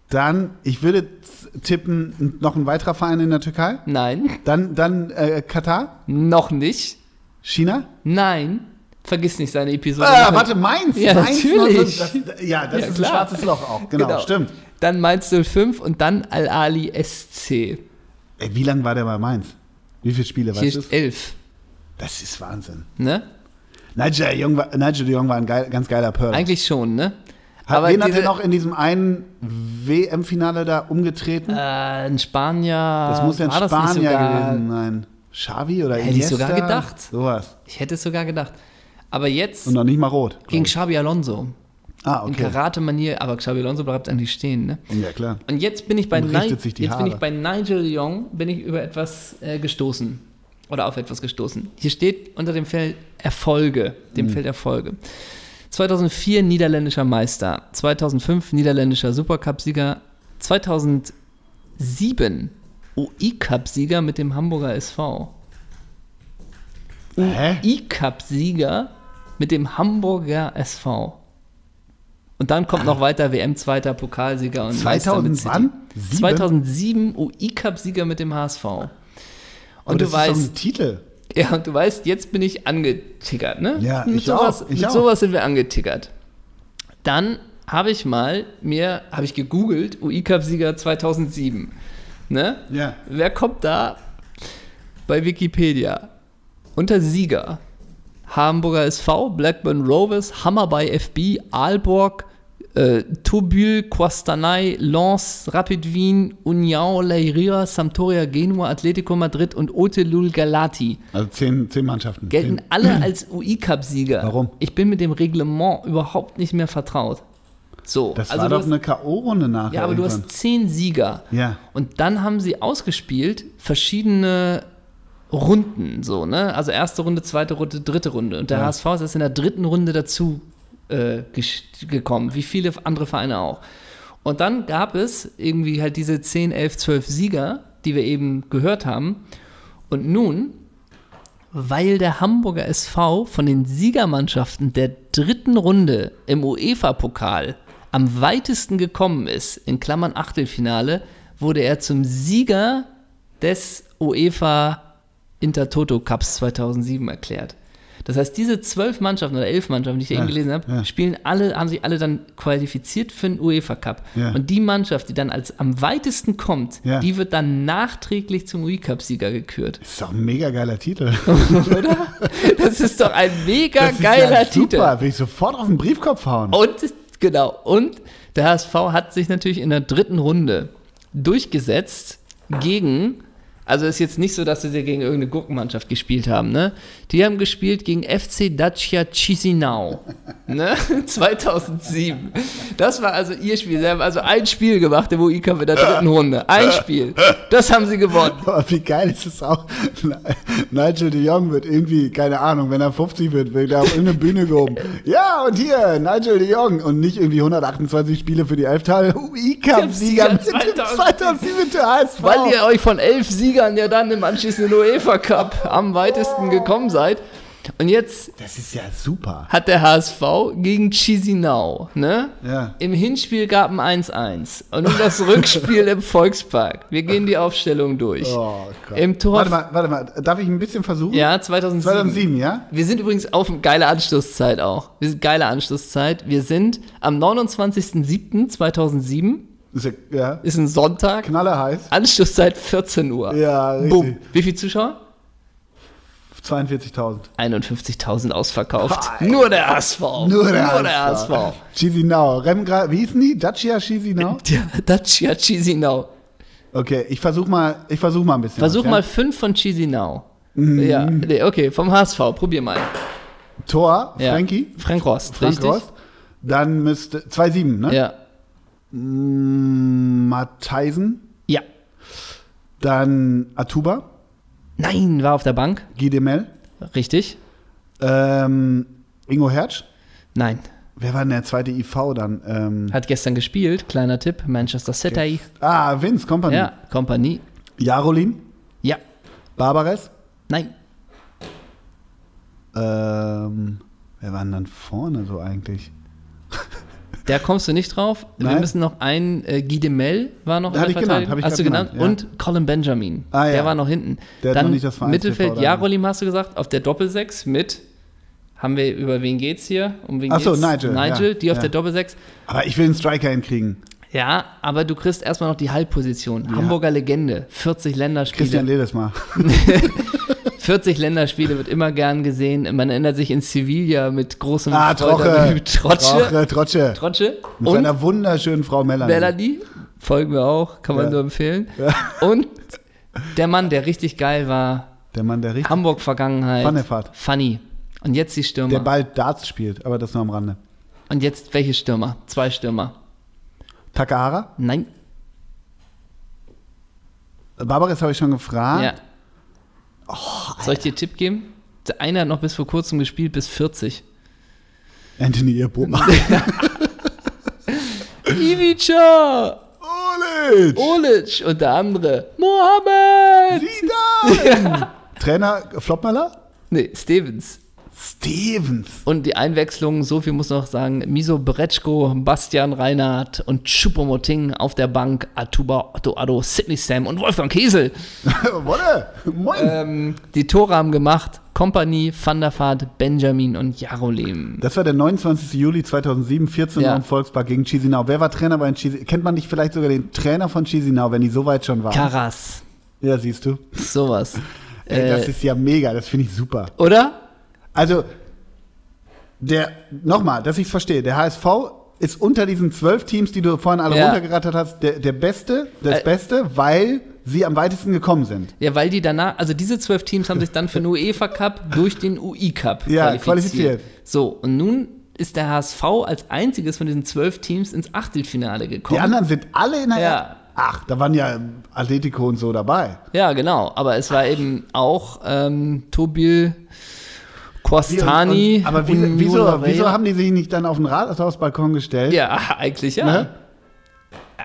Speaker 2: Dann, ich würde z- tippen, noch ein weiterer Verein in der Türkei.
Speaker 1: Nein,
Speaker 2: Dann, dann äh, Katar,
Speaker 1: noch nicht.
Speaker 2: China.
Speaker 1: Nein, vergiss nicht seine Episode.
Speaker 2: Äh, warte, Mainz.
Speaker 1: Ja,
Speaker 2: Mainz
Speaker 1: natürlich.
Speaker 2: 19 Das, ja, das
Speaker 1: Ja,
Speaker 2: ist
Speaker 1: klar.
Speaker 2: ein schwarzes Loch auch. Genau,
Speaker 1: Genau.
Speaker 2: stimmt.
Speaker 1: Dann Mainz 05 und dann Al-Ali SC.
Speaker 2: Ey, wie lange war der bei Mainz? Wie viele Spiele,
Speaker 1: Hier
Speaker 2: weißt du?
Speaker 1: ist 11.
Speaker 2: Das ist Wahnsinn.
Speaker 1: Ne?
Speaker 2: Nigel Jung war, Nigel de Jung war ein geil, ganz geiler Pearl.
Speaker 1: Eigentlich schon, ne?
Speaker 2: Hat, wen hat
Speaker 1: diese-
Speaker 2: er noch in diesem einen WM-Finale da umgetreten?
Speaker 1: Äh, in Spanier.
Speaker 2: das muss ja ein
Speaker 1: Äh, war das nicht
Speaker 2: Spanier
Speaker 1: sogar-
Speaker 2: gewesen sein. Xavi oder
Speaker 1: Hätte ich
Speaker 2: Iniesta?
Speaker 1: sogar gedacht.
Speaker 2: Sowas.
Speaker 1: Ich hätte es sogar gedacht. Aber jetzt
Speaker 2: Und noch nicht mal rot. glaub
Speaker 1: gegen
Speaker 2: ich.
Speaker 1: Xabi Alonso.
Speaker 2: Ah,
Speaker 1: In
Speaker 2: okay.
Speaker 1: Karate-Manier, aber Xabi Alonso bleibt eigentlich stehen, ne?
Speaker 2: Ja, klar.
Speaker 1: Und jetzt bin ich bei,
Speaker 2: Und richtet
Speaker 1: Ni-
Speaker 2: sich die
Speaker 1: jetzt bin ich
Speaker 2: Haare.
Speaker 1: bei Nigel de Jong, bin ich über etwas äh, gestoßen. Oder auf etwas gestoßen. Hier steht unter dem Feld Erfolge. Dem
Speaker 2: Hm.
Speaker 1: Feld Erfolge. 2004 niederländischer Meister. 2005 niederländischer Supercup-Sieger. 2007 UI-Cup-Sieger mit dem Hamburger SV.
Speaker 2: Hä?
Speaker 1: E-Cup-Sieger mit dem Hamburger SV. Und dann kommt noch weiter WM-Zweiter, Pokalsieger und Meister mit
Speaker 2: 2000
Speaker 1: City.
Speaker 2: wann? Sieben?
Speaker 1: 2007 UI-Cup-Sieger mit dem HSV. Und
Speaker 2: Aber das
Speaker 1: du
Speaker 2: ist doch
Speaker 1: weißt,
Speaker 2: ein Titel.
Speaker 1: ja, und du weißt, jetzt bin ich angetickert, ne?
Speaker 2: Ja,
Speaker 1: mit
Speaker 2: ich
Speaker 1: sowas,
Speaker 2: auch, ich
Speaker 1: mit
Speaker 2: auch.
Speaker 1: sowas sind wir angetickert. Dann habe ich mal mir, habe ich gegoogelt, UI-Cup-Sieger 2007. Ne?
Speaker 2: Ja.
Speaker 1: Wer kommt da bei Wikipedia? Unter Sieger. Hamburger SV, Blackburn Rovers, Hammer bei FB, Aalborg, äh, Tobül, Quastanei, Lens, Rapid Wien, União Leiria, Sampdoria Genua, Atletico Madrid und Otelul Galati
Speaker 2: Also zehn, zehn Mannschaften.
Speaker 1: gelten
Speaker 2: Zehn.
Speaker 1: alle als UI-Cup-Sieger.
Speaker 2: Hm. Warum?
Speaker 1: Ich bin mit dem Reglement überhaupt nicht mehr vertraut. So,
Speaker 2: Das
Speaker 1: also
Speaker 2: war
Speaker 1: du
Speaker 2: doch
Speaker 1: hast,
Speaker 2: eine K.O.-Runde nachher.
Speaker 1: ja, aber du
Speaker 2: irgendwann.
Speaker 1: hast zehn Sieger.
Speaker 2: Ja.
Speaker 1: Und dann haben sie ausgespielt verschiedene Runden so, ne? Also erste Runde, zweite Runde, dritte Runde. Und der
Speaker 2: Ja.
Speaker 1: HSV ist erst in der dritten Runde dazu äh, gesch- gekommen, wie viele andere Vereine auch. Und dann gab es irgendwie halt diese 10, 11, 12 Sieger, die wir eben gehört haben. Und nun, weil der Hamburger SV von den Siegermannschaften der dritten Runde im UEFA-Pokal am weitesten gekommen ist, in Klammern Achtelfinale, wurde er zum Sieger des UEFA Intertoto Cups 2007 erklärt. Das heißt, diese zwölf Mannschaften oder elf Mannschaften, die ich da eben
Speaker 2: Ja,
Speaker 1: gelesen habe,
Speaker 2: ja.
Speaker 1: spielen alle, haben sich alle dann qualifiziert für den UEFA Cup.
Speaker 2: Ja.
Speaker 1: Und die Mannschaft, die dann als am weitesten kommt,
Speaker 2: Ja.
Speaker 1: die wird dann nachträglich zum UEFA Cup Sieger gekürt.
Speaker 2: Das ist doch ein mega geiler Titel.
Speaker 1: Das ist doch ein mega
Speaker 2: Das ist
Speaker 1: geiler
Speaker 2: ja
Speaker 1: Titel.
Speaker 2: Super, will ich sofort auf den Briefkopf hauen.
Speaker 1: Und genau, und der HSV hat sich natürlich in der dritten Runde durchgesetzt gegen, also ist jetzt nicht so, dass sie sie gegen irgendeine Gurkenmannschaft gespielt haben, ne? Die haben gespielt gegen FC Dacia Chisinau, ne? 2007. Das war also ihr Spiel. Sie haben also ein Spiel gemacht im UI-Cup in der dritten Runde. Ein Spiel. Das haben sie gewonnen.
Speaker 2: Aber wie geil ist es auch? Nigel de Jong wird irgendwie, keine Ahnung, wenn er 50 wird, wird er auf irgendeine Bühne gehoben. Ja, und hier, Nigel de Jong. Und nicht irgendwie 128 Spiele für die Elftal. UI-Cup-Sieger mit dem
Speaker 1: 2007.
Speaker 2: 2007 der HSV.
Speaker 1: Weil ihr euch von elf Siegern ja dann im anschließenden UEFA Cup am weitesten gekommen seid. Und jetzt
Speaker 2: das ist ja super.
Speaker 1: hat der HSV gegen Chisinau, ne?
Speaker 2: Ja.
Speaker 1: Im Hinspiel gab ein 1-1 und um das Rückspiel im Volkspark. Wir gehen die Aufstellung durch.
Speaker 2: Oh Gott.
Speaker 1: Im Tor-
Speaker 2: Warte mal, warte mal. Darf ich ein bisschen versuchen?
Speaker 1: Ja, 2007.
Speaker 2: 2007, ja?
Speaker 1: Wir sind übrigens auf geile Anschlusszeit auch. Wir sind geile Anschlusszeit. Wir sind am 29.07.2007
Speaker 2: Ist ja, ja.
Speaker 1: ist ein Sonntag.
Speaker 2: Knallerheiß.
Speaker 1: Anschlusszeit 14 Uhr.
Speaker 2: Ja, richtig.
Speaker 1: Bumm. Wie viele Zuschauer?
Speaker 2: 42.000.
Speaker 1: 51.000 ausverkauft.
Speaker 2: Hi.
Speaker 1: Nur der HSV.
Speaker 2: Nur der HSV. Chisinau. Remgra, wie hießen die? Dacia Chisinau?
Speaker 1: Der Dacia Chisinau.
Speaker 2: Okay, ich versuch mal, ich versuch mal ein bisschen.
Speaker 1: Versuch
Speaker 2: was, ja? Mhm.
Speaker 1: mal fünf von Chisinau. Ja, nee, okay, vom HSV. Probier mal.
Speaker 2: Tor,
Speaker 1: Ja.
Speaker 2: Frankie.
Speaker 1: Frank Rost,
Speaker 2: Frank
Speaker 1: richtig?
Speaker 2: Rost. Dann müsste 2-7, ne?
Speaker 1: Ja.
Speaker 2: Mm, Matheisen.
Speaker 1: Ja.
Speaker 2: Dann Atuba,
Speaker 1: Nein, war auf der Bank.
Speaker 2: Gidemel,
Speaker 1: Richtig?
Speaker 2: ähm, Ingo Hertsch.
Speaker 1: Nein.
Speaker 2: Wer war denn der zweite IV dann? Ähm,
Speaker 1: Hat gestern gespielt. Kleiner Tipp. Manchester City.
Speaker 2: ah, Vince Company.
Speaker 1: Ja. Kompanie.
Speaker 2: Jarolin,
Speaker 1: Ja.
Speaker 2: Barbares.
Speaker 1: Nein.
Speaker 2: Ähm, wer war denn dann vorne so eigentlich?
Speaker 1: Da kommst du nicht drauf. Wir
Speaker 2: Nein.
Speaker 1: müssen noch einen, äh, Guy Demel war noch
Speaker 2: Hatte ich genannt,
Speaker 1: Verteidigung.
Speaker 2: hab ich
Speaker 1: Hast du
Speaker 2: grad
Speaker 1: genannt?
Speaker 2: genannt,
Speaker 1: Und Colin Benjamin.
Speaker 2: Ah, ja.
Speaker 1: Der war noch hinten.
Speaker 2: Der hat
Speaker 1: Dann
Speaker 2: noch nicht das Vereinstipp,
Speaker 1: Mittelfeld
Speaker 2: oder?
Speaker 1: Jarolim hast du gesagt, auf der Doppelsechs mit, haben wir, über wen geht's hier? Um wen
Speaker 2: Ach so,
Speaker 1: geht's?
Speaker 2: Nigel,
Speaker 1: Nigel,
Speaker 2: ja,
Speaker 1: die auf
Speaker 2: ja.
Speaker 1: der Doppelsechs.
Speaker 2: Aber ich will einen Striker hinkriegen.
Speaker 1: Ja, aber du kriegst erstmal noch die Halbposition. Hamburger Legende, 40
Speaker 2: Christian
Speaker 1: Länderspiele.
Speaker 2: Ledesmar.
Speaker 1: 40 Länderspiele wird immer gern gesehen. Man erinnert sich in Sevilla mit großem
Speaker 2: Ah,
Speaker 1: Freude-
Speaker 2: Troche.
Speaker 1: Trotsche.
Speaker 2: Troche, Trotsche.
Speaker 1: Trotsche.
Speaker 2: Mit seiner wunderschönen Frau Melanie.
Speaker 1: Melanie, folgen wir auch, kann man
Speaker 2: Ja.
Speaker 1: nur empfehlen. Und der Mann, der richtig geil war,
Speaker 2: Der Mann, der richtig,
Speaker 1: Hamburg-Vergangenheit.
Speaker 2: Pfannefahrt.
Speaker 1: Funny. Und jetzt die Stürmer.
Speaker 2: der bald Darts spielt, aber das nur am Rande.
Speaker 1: Und jetzt welche Stürmer? Zwei Stürmer.
Speaker 2: Takahara?
Speaker 1: Nein.
Speaker 2: Barbares habe ich schon gefragt.
Speaker 1: Ja.
Speaker 2: Oh,
Speaker 1: Soll ich dir einen Tipp geben? Der eine hat noch bis vor kurzem gespielt, bis 40.
Speaker 2: Anthony Irbohm.
Speaker 1: Ivica!
Speaker 2: Olic!
Speaker 1: Olic und der andere. Mohamed!
Speaker 2: Zidane! Trainer Floppmöller?
Speaker 1: Nee, Stevens.
Speaker 2: Stevens.
Speaker 1: Und die Einwechslung, so viel muss noch sagen, Miso Bretschko, Bastian Reinhardt und Chupomoting auf der Bank, Atuba, Otto Addo, Sidney Sam und Wolfgang Kiesel.
Speaker 2: Wolle! Moin!
Speaker 1: Ähm, die Tore haben gemacht, Kompanie, Van der Vaart, Benjamin und Jarolem.
Speaker 2: Das war der 29. Juli 2007, 14 Uhr
Speaker 1: Ja.
Speaker 2: im Volkspark gegen Chisinau. Wer war Trainer bei Chisinau? Kennt man nicht vielleicht sogar den Trainer von Chisinau, wenn die so weit schon waren?
Speaker 1: Karas,
Speaker 2: ja, siehst du.
Speaker 1: sowas.
Speaker 2: Ey, das
Speaker 1: Äh,
Speaker 2: ist ja mega, das finde ich super.
Speaker 1: oder?
Speaker 2: Also, der, nochmal, dass ich es verstehe, der HSV ist unter diesen zwölf Teams, die du vorhin alle
Speaker 1: Ja.
Speaker 2: runtergerattert hast, der, der Beste, das
Speaker 1: Äh.
Speaker 2: Beste, weil sie am weitesten gekommen sind.
Speaker 1: Ja, weil die danach, also diese zwölf Teams haben sich dann für den UEFA Cup durch den UI Cup
Speaker 2: Ja,
Speaker 1: qualifiziert.
Speaker 2: qualifiziert.
Speaker 1: So, und nun ist der HSV als einziges von diesen zwölf Teams ins Achtelfinale
Speaker 2: Die
Speaker 1: gekommen.
Speaker 2: anderen sind alle in der
Speaker 1: Ja,
Speaker 2: Ach, da waren ja Atletico und so dabei.
Speaker 1: Ja, genau. Aber es war eben auch ähm, Tobil Quastani.
Speaker 2: Und, aber wie,
Speaker 1: und
Speaker 2: wieso,
Speaker 1: Nuno
Speaker 2: wieso
Speaker 1: Varela.
Speaker 2: haben die sich nicht dann auf den Rathausbalkon gestellt?
Speaker 1: Ja, eigentlich ja.
Speaker 2: Ne?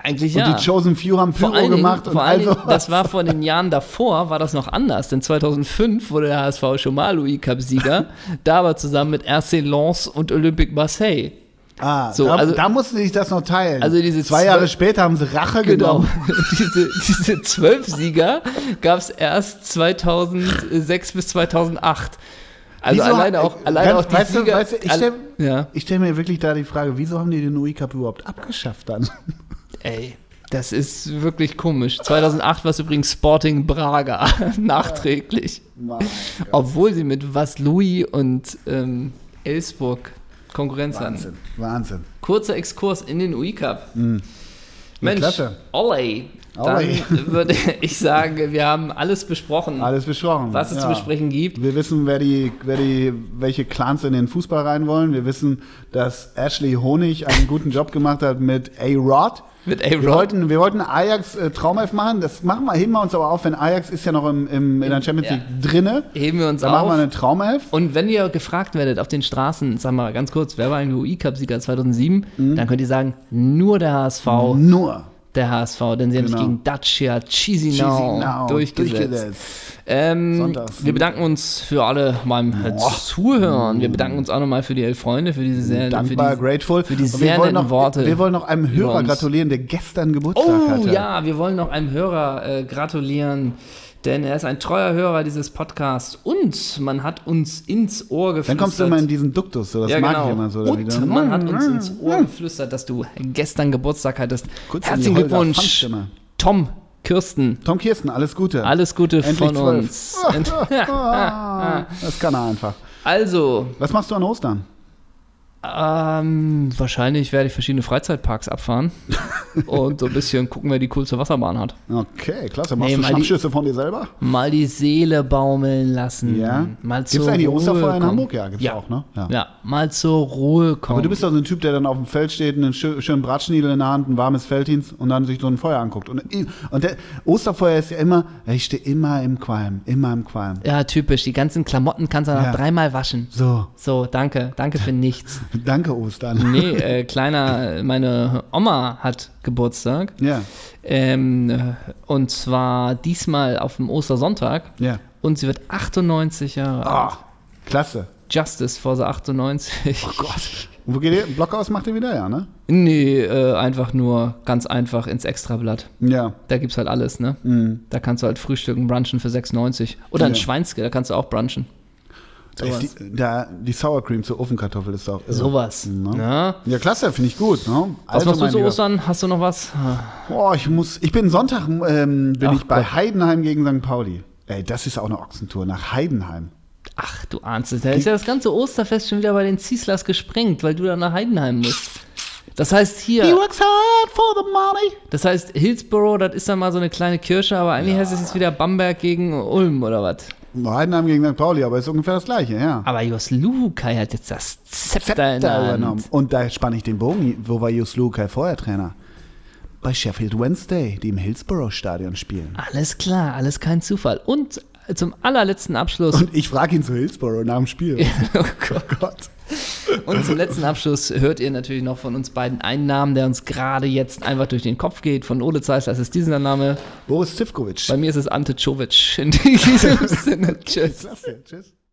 Speaker 1: Eigentlich
Speaker 2: Und
Speaker 1: ja.
Speaker 2: die Chosen Few haben Pyro
Speaker 1: vor allen Dingen,
Speaker 2: gemacht und
Speaker 1: vor allen
Speaker 2: also.
Speaker 1: Dingen, das war vor den Jahren davor, war das noch anders. Denn 2005 wurde der HSV schon mal Louis Cup Sieger, da aber zusammen mit RC Lens und Olympique Marseille.
Speaker 2: ah,
Speaker 1: so,
Speaker 2: da,
Speaker 1: also-
Speaker 2: da mussten sie sich das noch teilen.
Speaker 1: Also diese
Speaker 2: Zwei
Speaker 1: zwölf-
Speaker 2: Jahre später haben sie Rache
Speaker 1: Genau.
Speaker 2: genommen.
Speaker 1: diese, diese zwölf Sieger gab es erst 2006 bis 2008. Also
Speaker 2: Wieso-
Speaker 1: alleine auch, alleine auch
Speaker 2: Ganz-
Speaker 1: die
Speaker 2: weißt du-
Speaker 1: Sieger.
Speaker 2: weißt du, ich
Speaker 1: alle-
Speaker 2: stell-
Speaker 1: ja,
Speaker 2: Ich stelle mir wirklich da die Frage, wieso haben die den UI Cup überhaupt abgeschafft dann?
Speaker 1: ey. Das ist wirklich komisch. 2008 war es übrigens Sporting Braga, nachträglich. Obwohl sie mit Vaslui und ähm, Elsburg Konkurrenz hatten.
Speaker 2: Wahnsinn, Wahnsinn.
Speaker 1: Kurzer Exkurs in den UI-Cup. Mensch,
Speaker 2: Klasse.
Speaker 1: Olli,
Speaker 2: Olli.
Speaker 1: dann würde ich sagen, wir haben alles besprochen,
Speaker 2: Alles besprochen.
Speaker 1: was es
Speaker 2: ja.
Speaker 1: zu besprechen gibt.
Speaker 2: Wir wissen, wer die, wer die, welche Clans in den Fußball rein wollen. Wir wissen, dass Ashley Honig einen guten Job gemacht hat mit A-Rod.
Speaker 1: Mit
Speaker 2: Wir
Speaker 1: A-Rod.
Speaker 2: wollten, wir wollten Ajax äh, Traumelf machen. Das machen wir, heben wir uns aber auf, wenn Ajax ist ja noch im, im, in der Champions
Speaker 1: Ja.
Speaker 2: League drinne.
Speaker 1: Heben wir uns
Speaker 2: Da machen
Speaker 1: auf.
Speaker 2: wir eine Traumelf.
Speaker 1: Und wenn ihr gefragt werdet auf den Straßen, sag mal ganz kurz, wer war ein UI-Cup-Sieger 2007, dann könnt ihr sagen, nur der HSV,
Speaker 2: Mhm. Nur.
Speaker 1: der HSV, denn sie haben sich
Speaker 2: Genau.
Speaker 1: gegen Dacia Chisinau
Speaker 2: Chisinau
Speaker 1: durchgesetzt. Ähm,
Speaker 2: Sonntags.
Speaker 1: wir bedanken uns für alle beim Zuhören. Wir bedanken uns auch nochmal für die elf Freunde, für diese sehr für
Speaker 2: Mm. Dankbar,
Speaker 1: die-
Speaker 2: grateful. Für
Speaker 1: die sehr
Speaker 2: wir
Speaker 1: netten
Speaker 2: wollen noch,
Speaker 1: Worte
Speaker 2: Wir wollen noch einem Hörer
Speaker 1: uns.
Speaker 2: gratulieren, der gestern Geburtstag
Speaker 1: Oh
Speaker 2: hatte.
Speaker 1: ja, wir wollen noch einem Hörer äh, gratulieren, denn er ist ein treuer Hörer dieses Podcasts und man hat uns ins Ohr geflüstert.
Speaker 2: Dann kommst du immer in diesen Duktus, so, das
Speaker 1: ja,
Speaker 2: mag
Speaker 1: genau.
Speaker 2: ich immer so.
Speaker 1: Und
Speaker 2: wieder. Mm, Hm.
Speaker 1: man hat uns ins Ohr geflüstert, dass du gestern Geburtstag hattest.
Speaker 2: Kurz in die
Speaker 1: Herzlichen
Speaker 2: Holger
Speaker 1: Glückwunsch,
Speaker 2: Fangstimme.
Speaker 1: Tom Kirsten.
Speaker 2: Tom Kirsten, alles Gute.
Speaker 1: Alles Gute
Speaker 2: Endlich
Speaker 1: von
Speaker 2: zwölf. Ah.
Speaker 1: uns. Ent-
Speaker 2: Das kann er einfach.
Speaker 1: also,
Speaker 2: Was machst du an Ostern?
Speaker 1: Ähm, wahrscheinlich werde ich verschiedene Freizeitparks abfahren und so ein bisschen gucken, wer die coolste Wasserbahn hat.
Speaker 2: Okay, klasse. Machst
Speaker 1: Nee,
Speaker 2: du
Speaker 1: mal die-
Speaker 2: Schnappschüsse von dir selber?
Speaker 1: Mal die Seele baumeln lassen.
Speaker 2: Ja.
Speaker 1: Mal
Speaker 2: Gibt's
Speaker 1: zur
Speaker 2: eigentlich
Speaker 1: Ruhe
Speaker 2: Osterfeuer in
Speaker 1: kommen.
Speaker 2: Hamburg? Ja, gibt's
Speaker 1: ja.
Speaker 2: auch, ne?
Speaker 1: Ja. mal zur Ruhe kommen.
Speaker 2: Aber du bist doch so ein Typ, der dann auf dem Feld steht, einen schö- schönen Bratschniedel in der Hand, ein warmes Felddienst und dann sich so ein Feuer anguckt. Und, und der Osterfeuer ist ja immer, ich stehe immer im Qualm, immer im Qualm.
Speaker 1: ja, typisch. Die ganzen Klamotten kannst du nach
Speaker 2: Ja.
Speaker 1: dreimal waschen.
Speaker 2: So,
Speaker 1: So, danke. Danke für nichts.
Speaker 2: danke Ostern.
Speaker 1: Nee, äh, kleiner, meine Oma hat Geburtstag.
Speaker 2: Ja,
Speaker 1: Ähm, äh, und zwar diesmal auf dem Ostersonntag.
Speaker 2: ja.
Speaker 1: Und sie wird 98 Jahre alt.
Speaker 2: Ah, klasse.
Speaker 1: Justice for the 98. Oh Gott.
Speaker 2: Und wo geht ihr? Blockhaus macht ihr wieder, ja, ne?
Speaker 1: Nee, äh, einfach nur ganz einfach ins Extrablatt.
Speaker 2: Ja.
Speaker 1: Da gibt's halt alles, ne? Da kannst du halt frühstücken, brunchen für 6,90. Oder ein
Speaker 2: Ja.
Speaker 1: Schweinske, da kannst du auch brunchen.
Speaker 2: Da, ist die, da die Sour Cream zur Ofenkartoffel ist auch irre.
Speaker 1: Sowas. Na?
Speaker 2: Ja, klasse, finde ich gut. Ne?
Speaker 1: Was
Speaker 2: Also,
Speaker 1: machst du
Speaker 2: mein
Speaker 1: zu
Speaker 2: Lieber.
Speaker 1: Ostern? Hast du noch was? Ah,
Speaker 2: Boah, ich muss, ich bin Sonntag, ähm, bin
Speaker 1: Ach
Speaker 2: ich bei
Speaker 1: Gott.
Speaker 2: Heidenheim gegen St. Pauli. Ey, das ist auch eine Ochsentour nach Heidenheim.
Speaker 1: Ach, du ahnst es. Da ist ja das ganze Osterfest schon wieder bei den Zieslers gesprengt, weil du da nach Heidenheim musst. Das heißt
Speaker 2: He
Speaker 1: hier,
Speaker 2: works hard for the money.
Speaker 1: das heißt Hillsborough, das ist dann mal so eine kleine Kirche, aber eigentlich heißt es jetzt wieder Bamberg gegen Ulm oder was?
Speaker 2: Heidenheim gegen St. Pauli, aber ist ungefähr das gleiche, ja.
Speaker 1: Aber Jos Lukai hat jetzt das Zepter, in der
Speaker 2: Da
Speaker 1: Hand.
Speaker 2: übernommen. Und da spanne ich den Bogen. Wo war Jus Lukai vorher Trainer? Bei Sheffield Wednesday, die im Hillsborough Stadion spielen.
Speaker 1: Alles klar, alles kein Zufall. Und zum allerletzten Abschluss
Speaker 2: Und ich frage ihn zu Hillsborough nach dem Spiel.
Speaker 1: oh
Speaker 2: Oh Gott.
Speaker 1: und zum letzten Abschluss hört ihr natürlich noch von uns beiden einen Namen, der uns gerade jetzt einfach durch den Kopf geht. Von Ole Zeiss, das ist dieser Name.
Speaker 2: Boris Zivkovic.
Speaker 1: Bei mir ist es Ante Czovic. In diesem Sinne, tschüss.
Speaker 2: Klasse, tschüss.